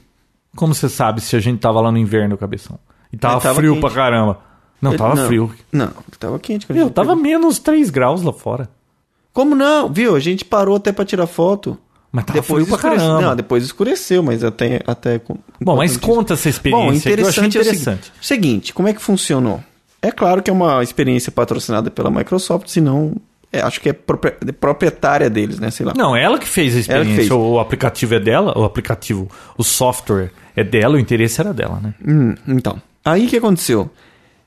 B: Como você sabe se a gente tava lá no inverno, cabeção? E tava,
A: Mas É, tava
B: frio
A: quente.
B: pra caramba. Não,
A: Eu-
B: tava frio.
A: Não, tava quente. quando a
B: Eu
A: gente
B: tava
A: pegou.
B: menos 3 graus lá fora.
A: Como não? Viu? A gente parou até pra tirar foto.
B: Mas tava frio pra
A: escurece-
B: caramba.
A: Não, depois escureceu, mas até... até com-
B: Bom, mas
A: enquanto-
B: conta essa experiência.
A: Bom,
B: que eu achei
A: interessante, é o
B: interessante.
A: segui- seguinte, como é que funcionou? É claro que é uma experiência patrocinada pela Microsoft, senão é, acho que é propria- é proprietária deles, né? Sei lá.
B: Não, ela que fez a
A: Ela que
B: experiência.
A: fez.
B: O aplicativo é dela, o aplicativo, o software é dela, o interesse era dela, né?
A: Hum, então, aí o que aconteceu?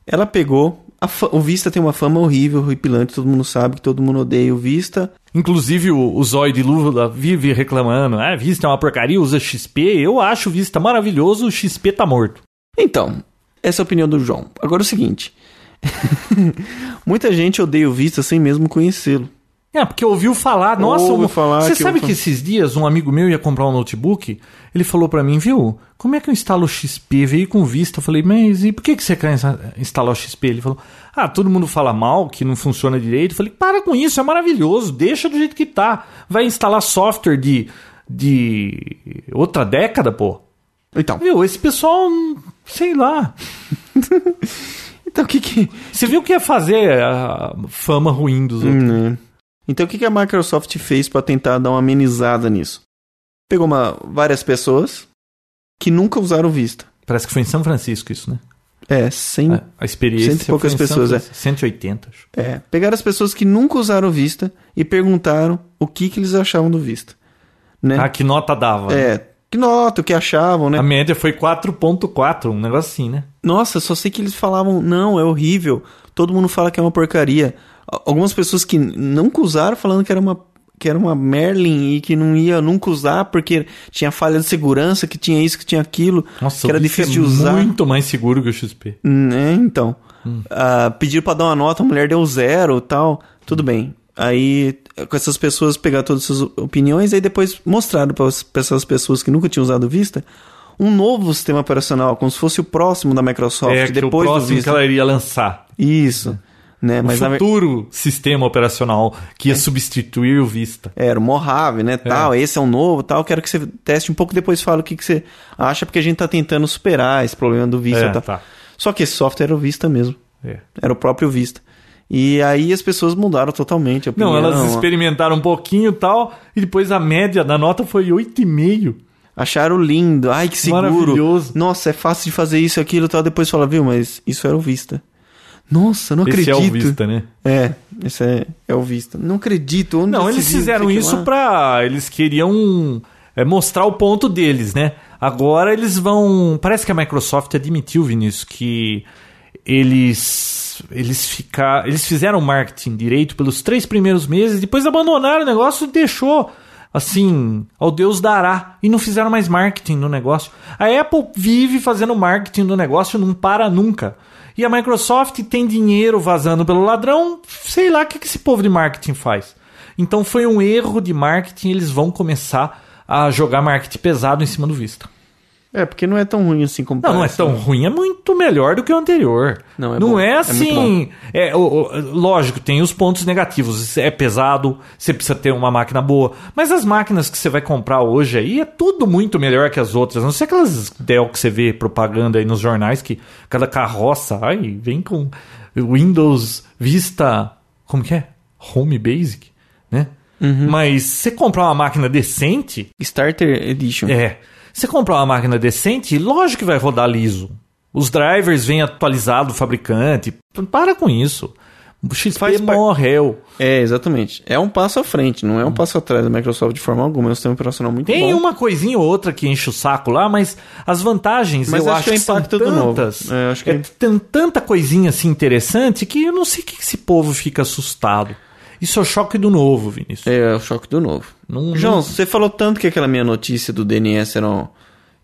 A: Ela pegou, a fa- o Vista tem uma fama horrível, horripilante, todo mundo sabe que todo mundo odeia o Vista.
B: Inclusive o, o Zóio de Lula vive reclamando. Ah, Vista é uma porcaria, usa XP. Eu acho o Vista maravilhoso, o XP tá morto.
A: Então, essa é a opinião do João. Agora é o seguinte: (laughs) muita gente odeia o Vista sem mesmo conhecê-lo.
B: É, porque ouviu falar, nossa,
A: Ouve
B: um-
A: falar
B: você
A: que
B: sabe
A: eu-
B: que esses dias um amigo meu ia comprar um notebook, ele falou pra mim, viu, como é que eu instalo XP? Veio com Vista, eu falei, mas e por que, que você quer insta- instalar o XP? Ele falou, ah, todo mundo fala mal, que não funciona direito, eu falei, para com isso, é maravilhoso, deixa do jeito que tá, vai instalar software de, de outra década, pô.
A: Então,
B: Viu, esse pessoal, hum, sei lá, (laughs)
A: então o que que.
B: você viu que ia fazer a fama ruim dos outros.
A: Né? Então o que que a Microsoft fez para tentar dar uma amenizada nisso? Pegou uma- várias pessoas que nunca usaram o Vista.
B: Parece que foi em São Francisco isso, né?
A: É, sem
B: A- A experiência.
A: Cento e poucas
B: foi em
A: pessoas,
B: Santa- 180, acho.
A: É, pegaram as pessoas que nunca usaram o Vista e perguntaram o que, que eles achavam do Vista. Né?
B: Ah, que nota dava.
A: É, que nota, o que achavam, né?
B: A média foi 4.4, um negócio assim, né?
A: Nossa, só sei que eles falavam, não, é horrível. Todo mundo fala que é uma porcaria. A- Algumas pessoas que n- nunca usaram falando que era uma que era uma Merlin e que não ia nunca usar porque tinha falha de segurança, que tinha isso, que tinha aquilo,
B: Nossa,
A: que era
B: o Vista
A: difícil de
B: é
A: usar.
B: muito mais seguro que o XP.
A: Né, então.
B: Hum.
A: Ah, pediram pra dar uma nota, a mulher deu zero e tal. Tudo bem. Aí, com essas pessoas, pegar todas as suas opiniões, aí depois mostraram pra as- pra essas pessoas que nunca tinham usado o Vista um novo sistema operacional, como se fosse o próximo da Microsoft,
B: é, que o
A: depois do
B: próximo que
A: Vista.
B: ela iria lançar.
A: Isso. Né, mas na
B: o
A: ver- É.
B: futuro sistema operacional que ia substituir o Vista.
A: Era o Mojave, né? Tal, esse é um novo, tal. Quero que você teste um pouco depois fala o que, que você acha, porque a gente tá tentando superar esse problema do Vista.
B: É,
A: e tal.
B: tá.
A: Só que esse software era o Vista mesmo.
B: É.
A: Era o próprio Vista. E aí as pessoas mudaram totalmente a opinião.
B: Não, elas experimentaram um pouquinho e tal, e depois a média da nota foi 8,5.
A: Acharam lindo. Ai, que seguro.
B: Maravilhoso.
A: Nossa, é fácil de fazer isso, aquilo e tal. Depois fala, viu, mas isso era o Vista. Nossa, não
B: Esse
A: acredito.
B: é o Vista, né?
A: É, esse é, é o Vista. Não acredito. Onde
B: Não,
A: esse
B: eles
A: viu?
B: fizeram
A: Sei que
B: isso
A: lá.
B: pra. Eles queriam é, mostrar o ponto deles, né? Agora eles vão. Parece que a Microsoft admitiu, Vinícius, que eles. Eles ficar, Eles fizeram marketing direito pelos três primeiros meses, depois abandonaram o negócio e deixou. Assim, ao Deus dará. E não fizeram mais marketing no negócio. A Apple vive fazendo marketing no negócio, não para nunca. E a Microsoft tem dinheiro vazando pelo ladrão. Sei lá o que que esse povo de marketing faz. Então foi um erro de marketing, eles vão começar a jogar marketing pesado em cima do Vista.
A: É, porque não é tão ruim assim como
B: Não, não é
A: parece,
B: tão
A: né?
B: ruim, é muito melhor do que o anterior.
A: Não, é bom, é
B: assim. É o- o- lógico, tem os pontos negativos. É pesado, você precisa ter uma máquina boa. Mas as máquinas que você vai comprar hoje aí é tudo muito melhor que as outras. A Não sei aquelas Dell que você vê propaganda aí nos jornais que cada carroça ai, vem com Windows Vista. Como que é? Home Basic, né?
A: Uhum.
B: Mas você comprar uma máquina decente,
A: Starter Edition.
B: é. Você comprar uma máquina decente, lógico que vai rodar liso. Os drivers vêm atualizado do fabricante. P- Para com isso. O XP
A: Faz par-
B: morreu.
A: É, exatamente. É um passo à frente, não é um passo atrás da Microsoft de forma alguma. É um sistema operacional muito
B: Hum. Tem
A: bom.
B: uma coisinha ou outra que enche o saco lá, mas as vantagens
A: Mas
B: eu
A: acho
B: acho
A: que é
B: que são
A: impacto do novo.
B: tantas.
A: É, acho que-
B: é, tem tanta coisinha assim interessante que eu não sei o que esse povo fica assustado. Isso é o choque do novo, Vinícius.
A: É, é o choque do novo.
B: Não-
A: João,
B: não-
A: você falou tanto que aquela minha notícia do DNS era, um-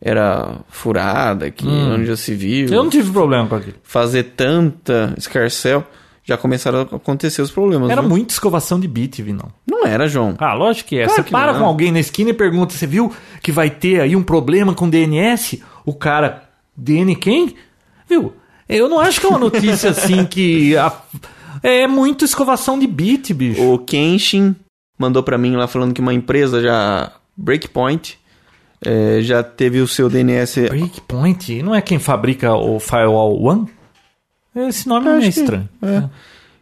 A: era furada, que onde já se viu.
B: Hum. Eu não tive problema com aquilo.
A: Fazer tanta escarcel, já começaram a acontecer os problemas.
B: Era
A: viu?
B: muita escovação de bit, Vinão.
A: Não era, João.
B: Ah, lógico que é.
A: Claro
B: você
A: que
B: para
A: não.
B: com alguém na esquina e pergunta: você viu que vai ter aí um problema com DNS? O cara, DN quem? Viu? Eu não acho que é uma notícia assim que. a- É muito escovação de bit, bicho.
A: O Kenshin mandou pra mim lá falando que uma empresa já. Breakpoint. eh, já teve o seu DNS
B: Breakpoint? Não é quem fabrica o Firewall One? Esse nome não é estranho.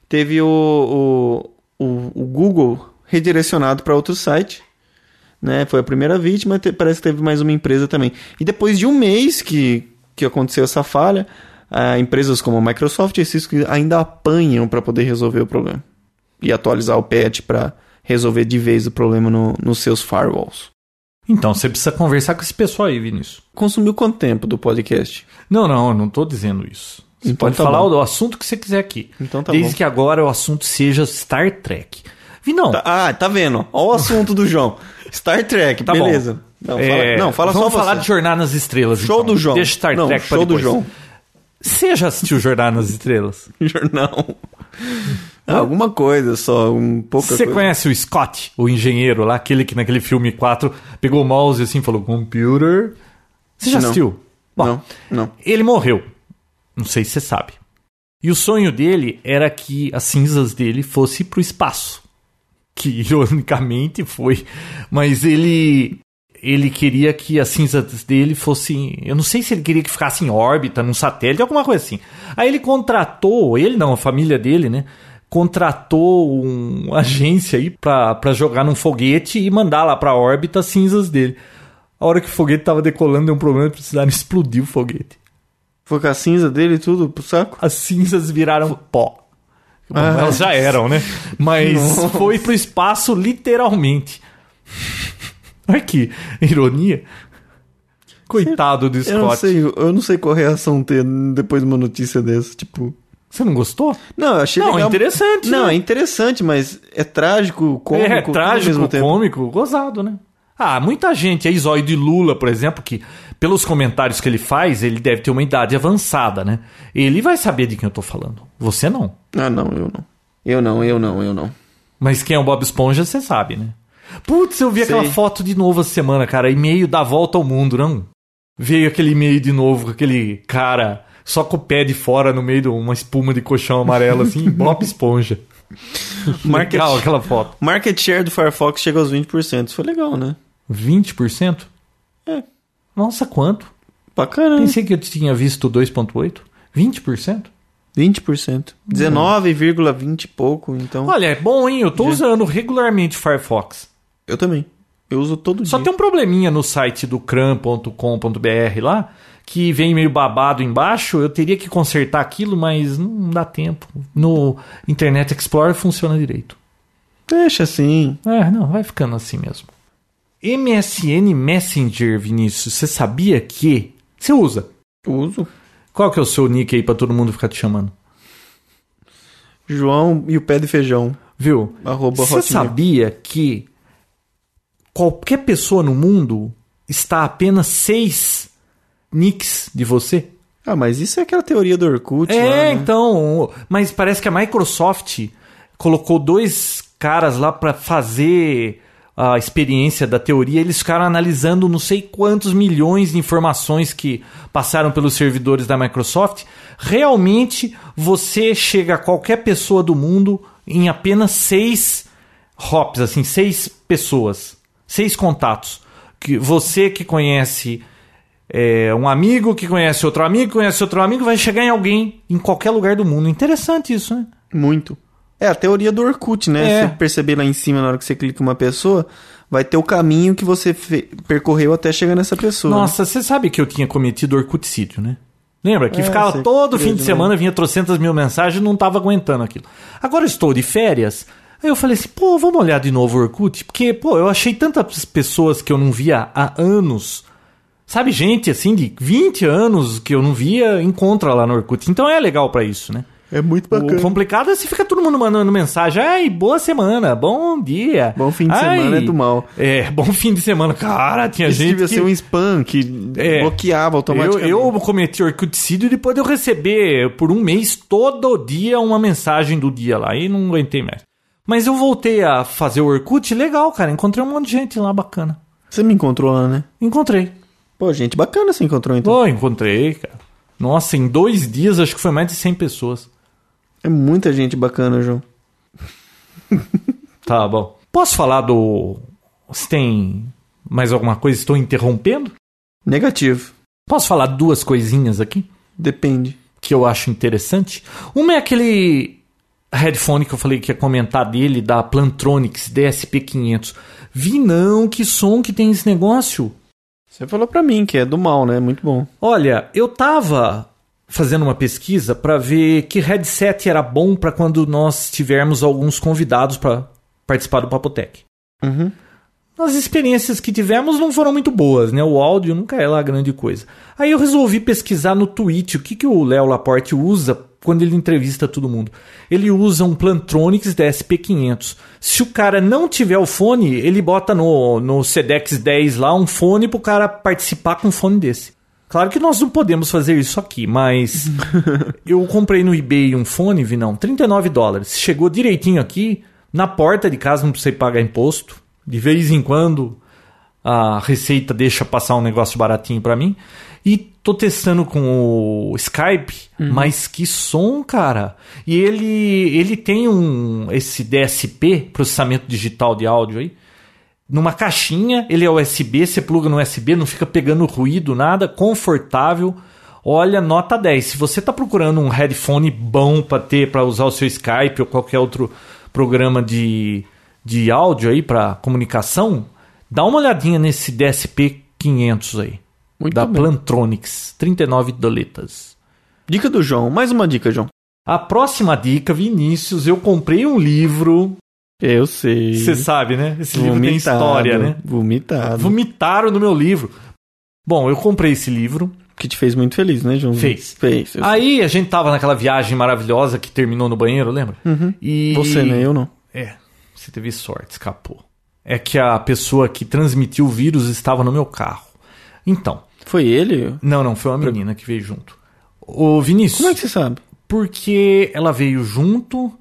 A: teve o, o, o, o Google redirecionado para outro site. Né? Foi a primeira vítima, te- parece que teve mais uma empresa também. E depois de um mês que, que aconteceu essa falha, ah, empresas como a Microsoft e a Cisco ainda apanham para poder resolver o problema. E atualizar o patch para resolver de vez o problema no, nos seus firewalls.
B: Então, você precisa conversar com esse pessoal aí, Vinícius.
A: Consumiu quanto tempo do podcast?
B: Não, não, eu não tô dizendo isso. Você
A: Então
B: pode
A: tá
B: falar
A: bom.
B: o, o assunto que você quiser aqui.
A: Então tá
B: Desde
A: bom.
B: que agora o assunto seja Star Trek. Vi não.
A: Tá- ah, tá vendo? Olha o assunto do João. Star Trek,
B: Tá bom.
A: beleza. Não, fala,
B: É,
A: não, fala
B: vamos
A: só
B: falar
A: você.
B: de Jornada nas Estrelas.
A: Show
B: então.
A: do João.
B: Deixa Star
A: não,
B: Trek pra
A: show do
B: depois. (laughs)
A: João.
B: Você já assistiu Jornada nas Estrelas?
A: Jornal. Ah, alguma coisa só, um pouco.
B: Você conhece o Scott, o engenheiro lá, aquele que naquele filme 4 pegou o mouse assim e falou computer? Você já
A: Não.
B: assistiu? Bom,
A: Não, não.
B: ele morreu. Não sei se você sabe. E o sonho dele era que as cinzas dele fossem pro espaço. Que (laughs) ironicamente foi, mas ele ele queria que as cinzas dele fossem, eu não sei se ele queria que ficasse em órbita, num satélite, alguma coisa assim. Aí ele contratou, ele não, a família dele, né? Contratou um- (laughs) uma agência aí pra pra jogar num foguete e mandar lá pra órbita as cinzas dele. A hora que o foguete tava decolando, deu um problema, precisaram (laughs) explodir o foguete
A: Foi com a cinza dele e tudo pro saco?
B: as cinzas viraram pó. Bom,
A: Ah.
B: elas já eram, né? Mas foi pro espaço literalmente. Olha que ironia. Coitado do
A: Eu não
B: Scott.
A: sei, eu não sei qual reação ter depois de uma notícia dessa, tipo...
B: Você não gostou?
A: Não, eu achei
B: Não,
A: legal.
B: é interessante,
A: Não,
B: né?
A: é interessante, mas é trágico, cômico,
B: é
A: tudo ao
B: trágico,
A: mesmo tempo.
B: cômico, gozado, né? Ah, muita gente aí, Zóio de Lula, por exemplo, que pelos comentários que ele faz, ele deve ter uma idade avançada, né? Ele vai saber de quem eu tô falando. Você não.
A: Ah, não, eu não. Eu não, eu não, eu não.
B: Mas quem é o Bob Esponja, você sabe, né? Putz, eu vi aquela
A: Sei.
B: foto de novo essa semana, cara. E-mail da volta ao mundo, não? Veio aquele e-mail de novo com aquele cara só com o pé de fora no meio de uma espuma de colchão amarelo,
A: (laughs)
B: assim, Bob Esponja.
A: Market-
B: Legal aquela foto.
A: Market share do Firefox chega aos 20%. Isso foi legal, né?
B: 20%?
A: É.
B: Nossa, quanto?
A: Bacana, né?
B: Pensei que eu tinha visto 2,8%. 20%?
A: 20%. 19,20 e pouco, então...
B: Olha, é bom, hein? Eu tô usando regularmente o Firefox.
A: Eu também. Eu uso todo
B: Só
A: dia.
B: tem um probleminha no site do cram.com.br lá, que vem meio babado embaixo. Eu teria que consertar aquilo, mas não dá tempo. No Internet Explorer funciona direito.
A: Deixa assim.
B: É, não, vai ficando assim mesmo. MSN Messenger, Vinícius, você sabia que. Você usa.
A: Eu uso.
B: Qual que é o seu nick aí pra todo mundo ficar te chamando?
A: João e o pé de feijão.
B: Viu?
A: Arroba
B: Você
A: Hotmail.
B: sabia que qualquer pessoa no mundo está a apenas seis nicks de você?
A: Ah, mas isso é aquela teoria do Orkut lá,
B: É,
A: né?
B: então. Mas parece que a Microsoft colocou dois caras lá pra fazer a experiência da teoria. Eles ficaram analisando não sei quantos milhões de informações que passaram pelos servidores da Microsoft. Realmente, você chega a qualquer pessoa do mundo em apenas seis hops, assim, seis pessoas, seis contatos. Que você que conhece é, um amigo que conhece outro amigo, que conhece outro amigo, vai chegar em alguém em qualquer lugar do mundo. Interessante isso, né?
A: Muito. É a teoria do Orkut, né?
B: É.
A: Você perceber lá em cima, na hora que você clica em uma pessoa, vai ter o caminho que você fe- percorreu até chegar nessa pessoa.
B: Nossa, você sabe que eu tinha cometido orcuticídio, né? Lembra? Que
A: É,
B: ficava
A: sei,
B: todo
A: sei
B: fim de
A: de
B: semana, vinha trocentas mil mensagens e não tava aguentando aquilo. Agora eu estou de férias. Aí eu falei assim, pô, vamos olhar de novo o Orkut, porque, pô, eu achei tantas pessoas que eu não via há anos. Sabe, gente assim de 20 anos que eu não via, encontra lá no Orkut. Então é legal pra isso, né?
A: É muito
B: O complicado é se fica todo mundo mandando mensagem. Ai, boa semana, bom dia.
A: Bom fim de semana é do mal.
B: É, bom (laughs) fim de semana. Cara, tinha
A: Isso
B: gente.
A: devia
B: que-
A: ser um spam que
B: É.
A: bloqueava
B: eu,
A: automaticamente.
B: eu cometi orcuticídio e depois de eu receber por um mês todo dia uma mensagem do dia lá. E não aguentei mais. Mas eu voltei a fazer o Orkut, legal, cara. Encontrei um monte de gente lá bacana.
A: Você me encontrou lá, né?
B: Encontrei.
A: Pô, gente bacana você encontrou, então.
B: Oh, encontrei, cara. Nossa, em dois dias acho que foi mais de 100 pessoas.
A: É muita gente bacana, João.
B: Tá bom. Posso falar do. Se tem mais alguma coisa, estou interrompendo?
A: Negativo.
B: Posso falar duas coisinhas aqui
A: Depende.
B: que eu acho interessante? Uma é aquele headphone que eu falei que ia comentar dele, da Plantronics DSP500. Vi não, que som que tem esse negócio.
A: Você falou pra mim que é do mal, né? Muito bom.
B: Olha, eu tava fazendo uma pesquisa para ver que headset era bom para quando nós tivermos alguns convidados para participar do Papotec.
A: Uhum.
B: As experiências que tivemos não foram muito boas, né? O áudio nunca é lá grande coisa. Aí eu resolvi pesquisar no Twitch o que, que o Léo Laporte usa quando ele entrevista todo mundo. Ele usa um Plantronics DSP500. Se o cara não tiver o fone, ele bota no, no Sedex 10 lá um fone pro cara participar com um fone desse. Claro que nós não podemos fazer isso aqui, mas eu comprei no eBay um fone, Vinão, 39 dólares. Chegou direitinho aqui, na porta de casa, não precisa pagar imposto. De vez em quando a Receita deixa passar um negócio baratinho pra mim. E tô testando com o Skype, mas que som, cara. E ele, ele tem um esse DSP, processamento digital de áudio aí, numa caixinha, ele é USB, você pluga no USB, não fica pegando ruído, nada, confortável. Olha, nota 10. Se você tá procurando um headphone bom pra ter para usar o seu Skype ou qualquer outro programa de, de áudio aí para comunicação, dá uma olhadinha nesse DSP 500 aí.
A: Muito
B: da
A: bem.
B: Plantronics, 39 doletas.
A: Dica do João. Mais uma dica, João.
B: A próxima dica, Vinícius, eu comprei um livro.
A: Eu sei.
B: Você sabe, né? Esse livro tem história, né? (laughs)
A: Vomitado.
B: Vomitaram no meu livro. Bom, eu comprei esse livro.
A: Que te fez muito feliz, né, João?
B: Fez.
A: Fez. eu
B: Aí a gente tava naquela viagem maravilhosa que terminou no banheiro, lembra?
A: sei. Uhum.
B: E
A: Você, né? Eu não.
B: É, você teve sorte, escapou. É que a pessoa que transmitiu o vírus estava no meu carro. Então,
A: Foi ele?
B: não, não, foi uma menina que veio junto. Ô, Vinícius.
A: Como é que você sabe?
B: porque ela veio junto,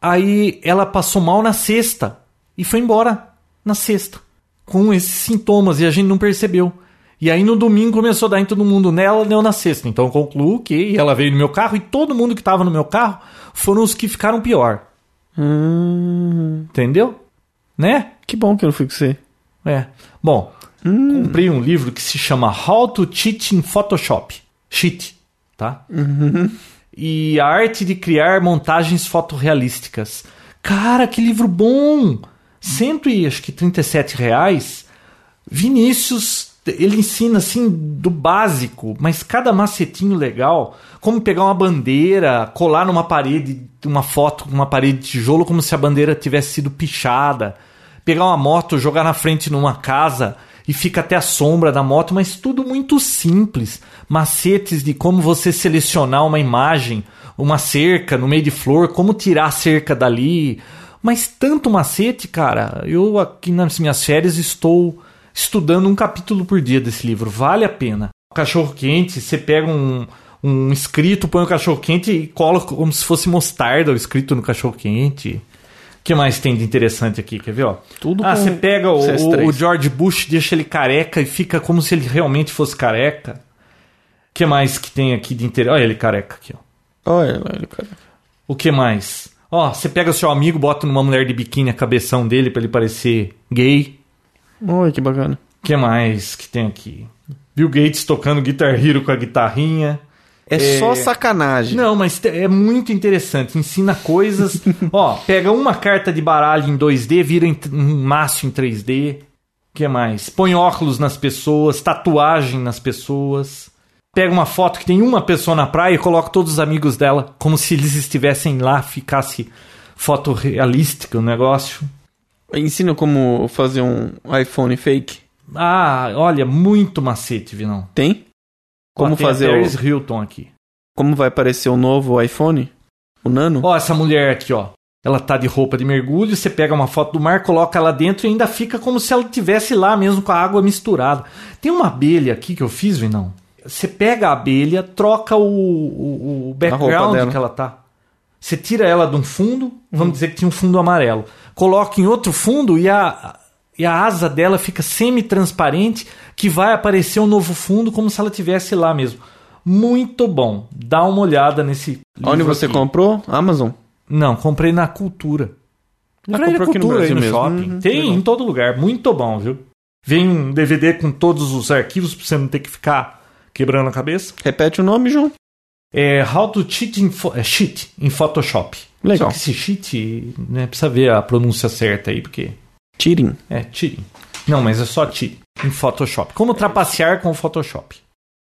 B: aí ela passou mal na sexta e foi embora na sexta com esses sintomas e a gente não percebeu. E aí no domingo começou a dar em todo mundo nela, deu na sexta. Então eu concluo que e ela veio no meu carro e todo mundo que estava no meu carro foram os que ficaram pior,
A: Hum,
B: entendeu? Né?
A: que bom que eu não fui com você.
B: É. Bom, comprei um livro que se chama How to Cheat in Photoshop. Cheat, tá? E a arte de criar montagens fotorrealísticas. Cara, que livro bom! Cento e acho que 37 reais. Vinícius, ele ensina assim do básico, mas cada macetinho legal, como pegar uma bandeira, colar numa parede, uma foto com uma parede de tijolo como se a bandeira tivesse sido pichada, pegar uma moto, jogar na frente numa casa e fica até a sombra da moto, mas tudo muito simples. Macetes de como você selecionar uma imagem, uma cerca no meio de flor, como tirar a cerca dali, mas tanto macete, cara. Eu aqui nas minhas férias estou estudando um capítulo por dia desse livro. Vale a pena. Cachorro quente, você pega um, um escrito, põe o cachorro quente e cola como se fosse mostarda o escrito no cachorro quente. O que mais tem de interessante aqui? Quer ver? Ó?
A: Tudo
B: ah,
A: com
B: você pega o,
A: CS3.
B: o George Bush, deixa ele careca e fica como se ele realmente fosse careca. O que mais que tem aqui de interesse? Olha ele careca aqui, ó.
A: Olha lá, ele, cara.
B: O que mais? Ó, você pega seu amigo, bota numa mulher de biquíni a cabeção dele pra ele parecer gay.
A: Olha que bacana.
B: O que mais que tem aqui? Bill Gates tocando Guitar Hero com a guitarrinha.
A: É, só sacanagem.
B: Não, mas te- é muito interessante.
A: (laughs)
B: Ensina coisas. Ó, pega uma carta de baralho em 2D, vira em t- um maço em 3D. O que mais? Põe óculos nas pessoas, tatuagem nas pessoas. Pega uma foto que tem uma pessoa na praia e coloca todos os amigos dela, como se eles estivessem lá, ficasse foto realística o negócio.
A: Ensina como fazer um iPhone fake.
B: Ah, olha, muito macete, Vinão.
A: Tem? Como
B: Ó, tem a
A: fazer
B: Paris
A: o...
B: Hilton aqui.
A: Como vai aparecer o novo iPhone? O Nano?
B: Ó, essa mulher aqui, ó. Ela tá de roupa de mergulho, você pega uma foto do mar, coloca ela dentro e ainda fica como se ela tivesse lá mesmo com a água misturada. Tem uma abelha aqui que eu fiz, Vinão. Você pega a abelha, troca o, o, o
A: roupa
B: background
A: dela.
B: que ela tá. Você tira ela de um fundo, vamos dizer que tinha um fundo amarelo. Coloca em outro fundo e a, e a asa dela fica semi-transparente, que vai aparecer um novo fundo como se ela tivesse lá mesmo. Muito bom. Dá uma olhada nesse.
A: Onde
B: livro
A: você
B: aqui.
A: comprou? Amazon.
B: Não, comprei na Cultura.
A: Ah,
B: Comprei na
A: comprou aqui no
B: Cultura aí
A: Brasil
B: no
A: mesmo.
B: shopping.
A: Uhum,
B: Tem
A: legal.
B: em todo lugar. Muito bom, viu? Vem um DVD com todos os arquivos pra você não ter que ficar quebrando a cabeça.
A: Repete o nome, João.
B: É How to Cheat in, Pho- é, cheat in Photoshop.
A: Legal.
B: Só que esse cheat, né, precisa ver a pronúncia certa aí, porque
A: Tirin.
B: é cheating. Não, mas é só cheat em Photoshop. Como trapacear com o Photoshop.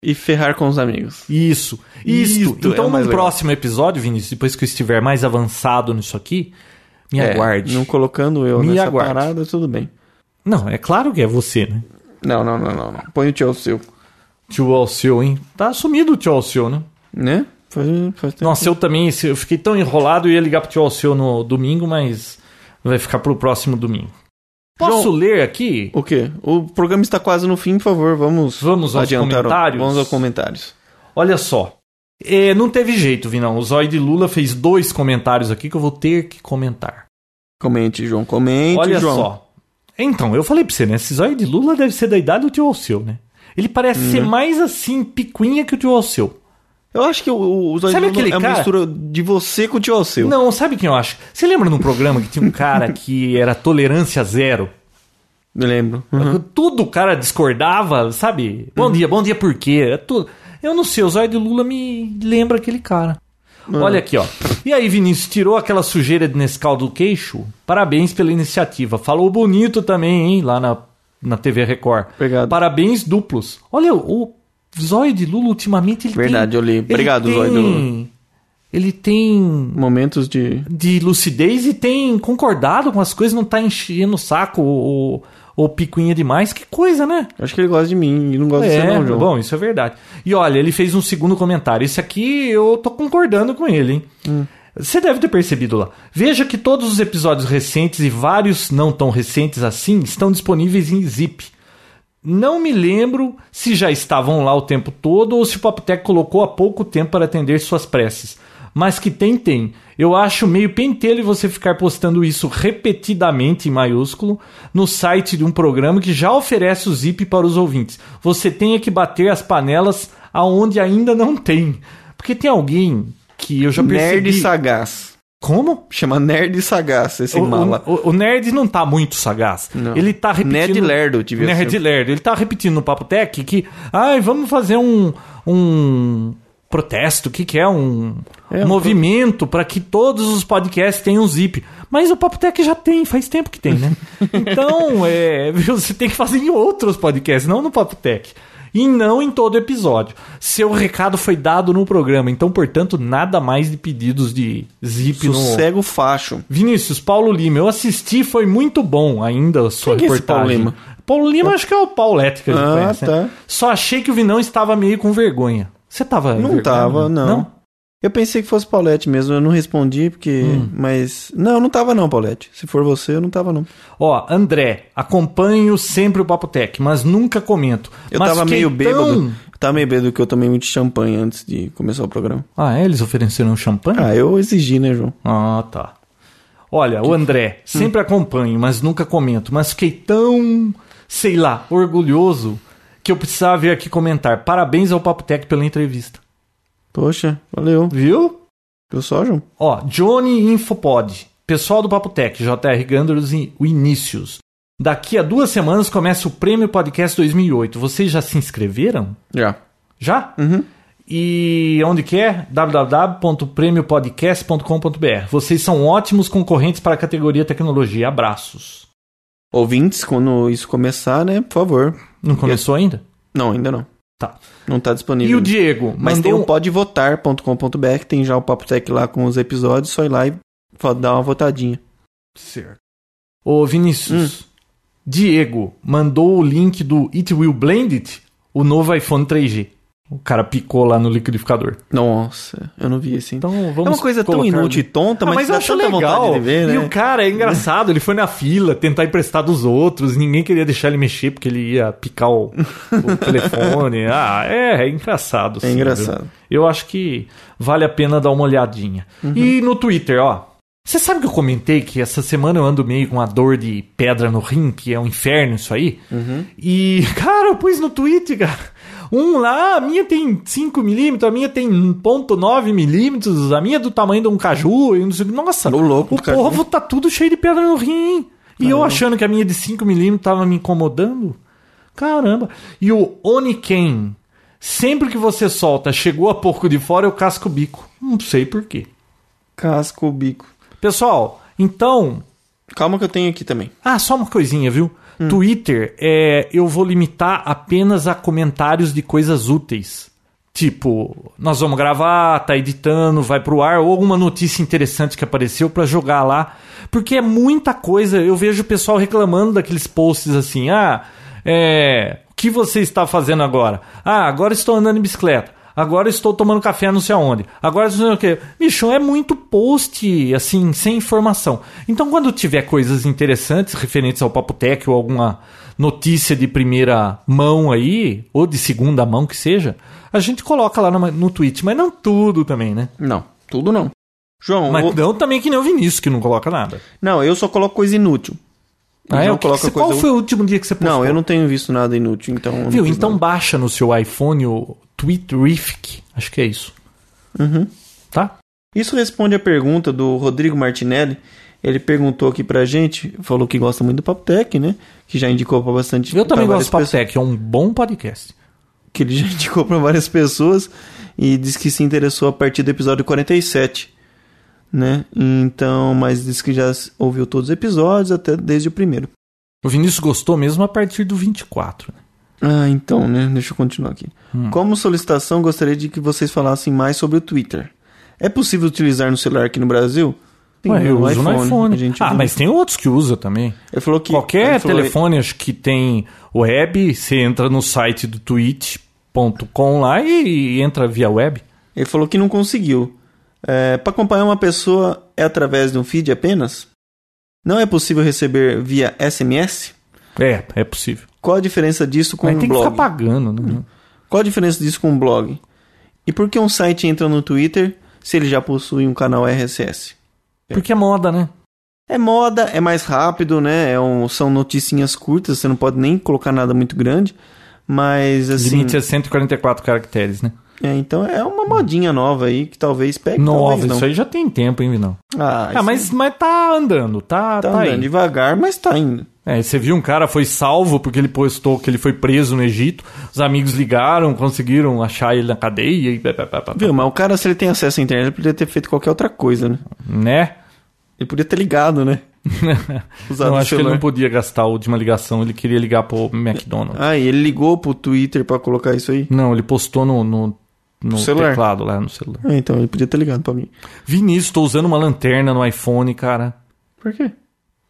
A: E ferrar com os amigos.
B: Isso.
A: Isto
B: Isso.
A: é o
B: Então, no
A: mais legal.
B: próximo episódio, Vinícius, depois que eu estiver mais avançado nisso aqui, me
A: É,
B: aguarde.
A: Não colocando eu
B: Me
A: nessa
B: aguarde.
A: parada, tudo bem.
B: Não, é claro que é você, né?
A: Não, não, não, não. não. Põe o tio ao seu.
B: Tio Alceu, hein? Tá sumido o tio Alceu, né?
A: Né? Faz, faz tempo.
B: Nossa, eu também se- eu fiquei tão enrolado eu ia ligar pro tio Alceu no domingo, mas vai ficar pro próximo domingo. Posso
A: João-
B: ler aqui?
A: O quê? O programa está quase no fim, por favor, vamos,
B: Vamos aos
A: adiantar. o-
B: comentários?
A: Vamos aos comentários.
B: Olha só. É, não teve jeito, Vinão. O Zói de Lula fez dois comentários aqui que eu vou ter que comentar.
A: Comente, João, comente,
B: Olha
A: João.
B: só. Então, eu falei pra você, né? Esse Zói de Lula deve ser da idade do tio Alceu, né? Ele parece ser mais assim, picuinha que o tio Alceu.
A: Eu acho que o, o, o Zóio
B: Sabe
A: de Lula
B: aquele
A: é uma
B: cara?
A: mistura de você com o tio Alceu.
B: Não, sabe quem eu acho? Você lembra num programa que tinha
A: (laughs)
B: um cara que era tolerância zero?
A: Eu lembro. Uhum.
B: Tudo o cara discordava, sabe? Bom dia, bom dia por quê? É tudo. Eu não sei, o Zóio de Lula me lembra aquele cara.
A: Uhum.
B: Olha aqui, ó. E aí, Vinícius, tirou aquela sujeira de Nescau do queixo? Parabéns pela iniciativa. Falou bonito também, hein? Lá na, na TV Record.
A: Obrigado.
B: Parabéns duplos. Olha, o Zóio de Lula ultimamente ele
A: Verdade,
B: tem...
A: eu li.
B: ele
A: Obrigado,
B: tem-
A: Zóio de Lula.
B: Ele tem
A: Momentos de.
B: de lucidez e tem concordado com as coisas, não tá enchendo o saco ou, ou picuinha demais. Que coisa, né?
A: Eu Acho que ele gosta de mim e não gosta de você,
B: É,
A: não, João.
B: bom, isso é verdade. E olha, ele fez um segundo comentário. Esse aqui eu tô concordando com ele, hein?
A: Hum.
B: Você deve ter percebido lá. Veja que todos os episódios recentes e vários não tão recentes assim estão disponíveis em zip. Não me lembro se já estavam lá o tempo todo ou se o Papotec colocou há pouco tempo para atender suas preces. Mas que tem, tem. Eu acho meio pentelho você ficar postando isso repetidamente, em maiúsculo, no site de um programa que já oferece o zip para os ouvintes. Você tem é que bater as panelas aonde ainda não tem. Porque tem alguém que eu já percebi...
A: Nerd sagaz.
B: Como?
A: Chama Nerd sagaz esse
B: O,
A: mala.
B: o- o nerd não tá muito sagaz.
A: Não.
B: Ele tá repetindo.
A: Nerd lerdo, devia
B: Nerd
A: ser.
B: lerdo. Ele tá repetindo no Papo Tech que. Ai, vamos fazer um. um protesto, o que, que é? Um
A: É, um
B: movimento para que todos os podcasts tenham zip. Mas o Papo Tech já tem, faz tempo que tem,
A: (laughs)
B: né? então, é, viu, você tem que fazer em outros podcasts, não no Papo Tech. E não em todo episódio. Seu recado foi dado no programa, então, portanto, nada mais de pedidos de zip no,
A: Sossego facho.
B: Vinícius, Paulo Lima, eu assisti, foi muito bom ainda a sua
A: Quem que é esse
B: reportagem.
A: Paulo Lima?
B: Paulo Lima acho que é o Paulette que a gente
A: Ah,
B: conhece. né?
A: tá.
B: Só achei que o Vinão estava meio com vergonha. Você tava
A: Não
B: Tá
A: tava,
B: vergonha,
A: não. Eu pensei que fosse Paulette mesmo, eu não respondi porque.
B: Hum.
A: Mas. Não, não tava não, Paulette. Se for você, eu não tava não.
B: Ó, André, acompanho sempre o Papo Tech, mas nunca comento.
A: Eu
B: Mas
A: tava
B: fiquei
A: meio
B: tão-
A: bêbado. Eu tava meio bêbado que eu tomei muito champanhe antes de começar o programa.
B: Ah, é? eles ofereceram champanhe?
A: Ah, eu exigi, né, João?
B: Ah, tá. Olha, o André,
A: hum.
B: sempre acompanho, mas nunca comento. Mas fiquei tão, sei lá, orgulhoso que eu precisava vir aqui comentar. Parabéns ao Papo Tech pela entrevista.
A: Poxa, valeu.
B: Viu?
A: Eu só, João?
B: Ó, Johnny Infopod. Pessoal do Papo Tech, JR Gandros e o Inícios. Daqui a duas semanas começa o Prêmio Podcast 2008. Vocês já se inscreveram?
A: Já.
B: Já?
A: Uhum.
B: E onde que é? www.premiopodcast.com.br. Vocês são ótimos concorrentes para a categoria tecnologia. Abraços.
A: Ouvintes, quando isso começar, né, por favor.
B: Não começou ainda?
A: Não, ainda não.
B: Tá.
A: Não tá
B: E
A: disponível.
B: o Diego? um
A: Mas tem um
B: mandou
A: o podevotar.com.br, que tem já o Papo Tech lá com os episódios, só ir lá e fa- dar uma votadinha.
B: Certo. Ô,
A: Hum.
B: Vinícius, Diego mandou o link do It Will Blend It, o novo iPhone 3G. O cara picou lá no liquidificador.
A: Nossa, eu não vi esse.
B: Então vamos
A: é uma coisa tão
B: colocar-
A: inútil e tonta,
B: Ah,
A: mas,
B: mas eu
A: dá
B: acho
A: tanta
B: legal.
A: vontade de ver, né?
B: E o cara é engraçado, ele foi na fila tentar emprestar dos outros, ninguém queria deixar ele mexer porque ele ia picar o,
A: (laughs)
B: o telefone. Ah, é, é engraçado. sim,
A: É
B: viu?
A: engraçado.
B: Eu acho que vale a pena dar uma olhadinha.
A: Uhum.
B: E no Twitter, ó. Você sabe que eu comentei que essa semana eu ando meio com uma dor de pedra no rim, que é um inferno isso aí?
A: Uhum.
B: E, (laughs) cara, eu pus no Twitter, cara. Um lá, a minha tem 5 milímetros, a minha tem 1.9 milímetros, a minha é do tamanho de um caju, e não sei o que. Nossa,
A: Ô, louco,
B: o
A: do caju.
B: povo tá tudo cheio de pedra no rim. E eu achando que a minha de 5 milímetros tava me incomodando. Caramba. E o Oniken. Sempre que você solta, chegou a pouco de fora, eu casco o bico. Não sei porquê.
A: Casco o bico.
B: Pessoal, então.
A: Calma que eu tenho aqui também.
B: Ah, só uma coisinha, viu? Twitter, é, eu vou limitar apenas a comentários de coisas úteis. Tipo, nós vamos gravar, tá editando, vai pro ar, ou alguma notícia interessante que apareceu pra jogar lá. Porque é muita coisa. Eu vejo o pessoal reclamando daqueles posts assim: ah, é. O que você está fazendo agora? Ah, agora estou andando de bicicleta. Agora estou tomando café não sei aonde. Agora não sei o quê. Bicho, é muito post, assim, sem informação. Então, quando tiver coisas interessantes referentes ao Papo Tech ou alguma notícia de primeira mão aí, ou de segunda mão que seja, a gente coloca lá no, no tweet. Mas não tudo também, né?
A: Não, tudo não. João,
B: Mas
A: o-
B: não também que nem o Vinícius, que não coloca nada.
A: não, eu só coloco coisa inútil. Eu
B: Ah, é?
A: não
B: O que que
A: coloco
B: você-
A: coisa um
B: qual foi o último dia que você postou?
A: Não, eu não tenho visto nada inútil, então. eu não
B: Viu?
A: fiz
B: Então
A: nada.
B: baixa no seu iPhone o Tweetrific. Acho que é isso.
A: Uhum.
B: Tá?
A: Isso responde a pergunta do Rodrigo Martinelli. Ele perguntou aqui pra gente, falou que gosta muito do Papotec, né? Que já indicou pra bastante.
B: Eu também
A: pra
B: gosto do
A: várias
B: Papo Tech, é um bom podcast.
A: que ele já (laughs) indicou para várias pessoas e diz que se interessou a partir do episódio 47, né? Então, mas diz que já s- ouviu todos os episódios até desde o primeiro.
B: O Vinícius gostou mesmo a partir do 24. né?
A: Ah, então, né? Deixa eu continuar aqui.
B: Hum.
A: Como solicitação, gostaria de que vocês falassem mais sobre o Twitter. É possível utilizar no celular aqui no Brasil? Sim,
B: Ué, eu
A: no
B: uso no iPhone.
A: a gente
B: ah,
A: usa.
B: mas tem outros que usa também.
A: Ele falou que ele
B: Qualquer
A: falou-
B: telefone, acho que tem web, você entra no site do twitch.com lá e, e entra via web.
A: Ele falou que não conseguiu. É, Para acompanhar uma pessoa é através de um feed apenas? Não é possível receber via SMS?
B: É, é possível.
A: Qual a diferença disso com
B: Mas
A: um
B: tem que
A: blog? Uhum.
B: ficar pagando, né?
A: Qual a diferença disso com um blog? E por que um site entra no Twitter se ele já possui um canal RSS?
B: Porque é moda, né?
A: É moda, é mais rápido, né? É um- são noticinhas curtas, você não pode nem colocar nada muito grande. Mas assim.
B: Limite é 144 caracteres, né?
A: é, então é uma modinha nova aí que É, talvez pegue.
B: Nova,
A: talvez não.
B: isso aí já tem tempo, hein, Vinão?
A: Ah,
B: Ah, mas, mas tá andando, tá,
A: tá,
B: tá,
A: andando
B: aí.
A: devagar, mas tá indo.
B: É, você viu um cara foi salvo porque ele postou que ele foi preso no Egito. Os amigos ligaram, conseguiram achar ele na cadeia e pá, pá, pá, pá, pá,
A: Viu, mas o cara, se ele tem acesso à internet, ele poderia ter feito qualquer outra coisa, né?
B: né?
A: Ele podia ter ligado, né? Usado
B: não,
A: o
B: acho que ele
A: celular.
B: não podia gastar a última ligação, ele queria ligar pro McDonald's.
A: Ah, e ele ligou pro Twitter pra colocar isso aí?
B: Não, ele postou no, no, no
A: celular.
B: teclado lá no celular.
A: Ah, então, ele podia ter ligado pra mim.
B: Vinícius, tô usando uma lanterna no iPhone, cara.
A: Por quê?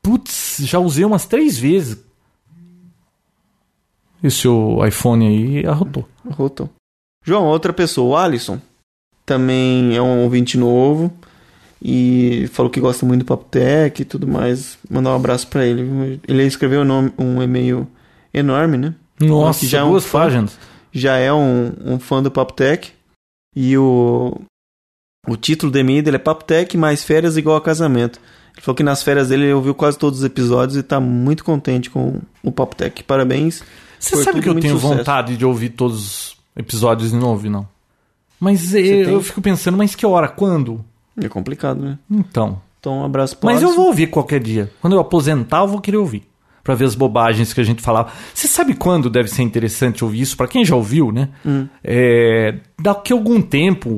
B: Putz, já usei umas três vezes. E seu iPhone aí arrotou.
A: Rotou. João, outra pessoa, o Alisson, também é um ouvinte novo e falou que gosta muito do Papo Tech e tudo mais. Mandar um abraço pra ele. viu? Ele escreveu um, nome- um e-mail enorme, né?
B: Nossa,
A: já é um
B: duas
A: fã.
B: páginas.
A: Já é um, um fã do Papo Tech e o, o título do e-mail dele é Papo Tech mais férias igual a casamento. Ele falou que nas férias dele ele ouviu quase todos os episódios e tá muito contente com o Papo Tech. Parabéns.
B: Você
A: Foi
B: sabe
A: tudo
B: que eu
A: muito
B: tenho
A: sucesso.
B: vontade de ouvir todos os episódios de novo, não? Mas eh,
A: Você tem?
B: eu fico pensando, mas que hora? Quando?
A: É complicado, né?
B: Então.
A: Então, um abraço pro
B: Mas eu
A: Alisson.
B: vou ouvir qualquer dia. Quando eu aposentar, eu vou querer ouvir. Pra ver as bobagens que a gente falava. Você sabe quando deve ser interessante ouvir isso? Pra quem já ouviu, né?
A: Hum.
B: É, daqui a algum tempo,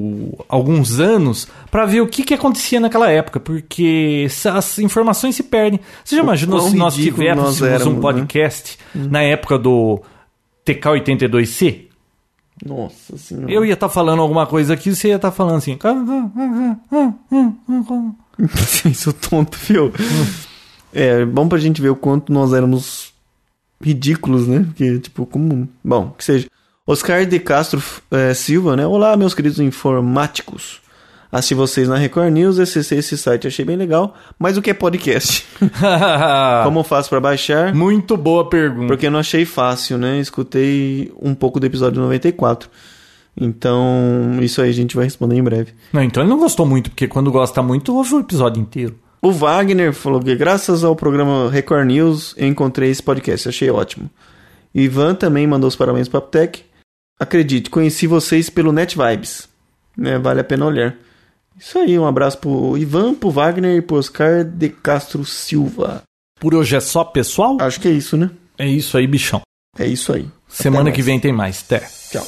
B: alguns anos, pra ver o que, que acontecia naquela época. Porque se- as informações se perdem. Você já imaginou
A: quão
B: se nós
A: ridículo nós
B: tivéssemos
A: éramos, né?
B: um
A: Hum.
B: podcast na época do TK82C?
A: Nossa senhora.
B: Eu ia estar falando alguma coisa aqui, você ia estar falando assim. (laughs)
A: Isso tonto, viu? é bom pra gente ver o quanto nós éramos ridículos, né? Porque, tipo, como. Bom, que seja. Oscar de Castro eh, Silva, né? Olá, meus queridos informáticos. Assisti vocês na Record News, acessei esse site, achei bem legal. Mas o que é podcast? Como eu faço pra baixar?
B: Muito boa pergunta.
A: Porque eu não achei fácil, né? Escutei um pouco do episódio 94. Então, isso aí a gente vai responder em breve.
B: Não, então ele não gostou muito, porque quando gosta muito, ouve o episódio inteiro.
A: O Wagner falou que graças ao programa Record News eu encontrei esse podcast, achei ótimo. Ivan também mandou os parabéns para Tech. Acredite, conheci vocês pelo Net Vibes. Né, vale a pena olhar. Isso aí, um abraço pro Ivan, pro Wagner e pro Oscar de Castro Silva.
B: Por hoje é só, pessoal?
A: Acho que é isso, né?
B: É isso aí, bichão.
A: É isso aí.
B: Semana
A: mais.
B: que vem tem mais. Até.
A: Tchau.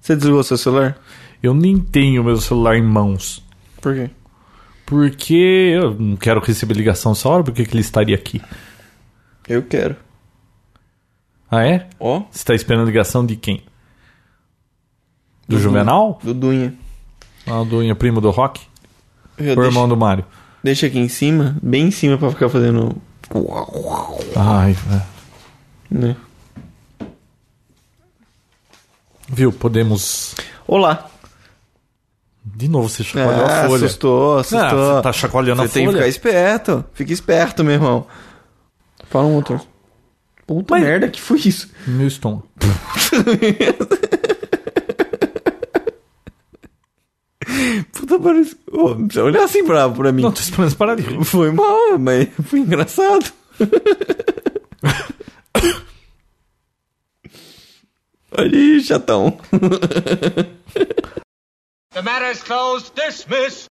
A: Você desligou seu celular?
B: Eu nem tenho meu celular em mãos.
A: Por quê?
B: Porque eu não quero receber ligação essa hora, porque que ele estaria aqui?
A: Eu quero.
B: Ah, é?
A: Ó.
B: Você tá esperando ligação de quem? Do Juvenal?
A: Do Dunha.
B: Uhum. Ah, do Inha Primo do Rock?
A: Eu
B: Ou
A: deixo-
B: irmão do Mário?
A: Deixa aqui em cima, bem em cima pra ficar fazendo,
B: Ai, velho.
A: né?
B: Viu? Podemos.
A: Olá. Ah,
B: De novo, você chacoalhou a folha.
A: É, assustou, assustou.
B: Ah, você tá chacoalhando a
A: Você tem que
B: folha?
A: ficar esperto. Fica esperto, meu irmão. Fala um motor. Puta
B: Mas-
A: merda, que foi isso?
B: Meu estômago.
A: Puta parece... Ô, não precisa olhar assim pra, pra mim.
B: Não, tô esperando você parar de
A: (laughs)
B: rir.
A: Foi mal, mas foi
B: (laughs)
A: engraçado. Olha aí, chatão.
C: The matter's closed. Dismiss.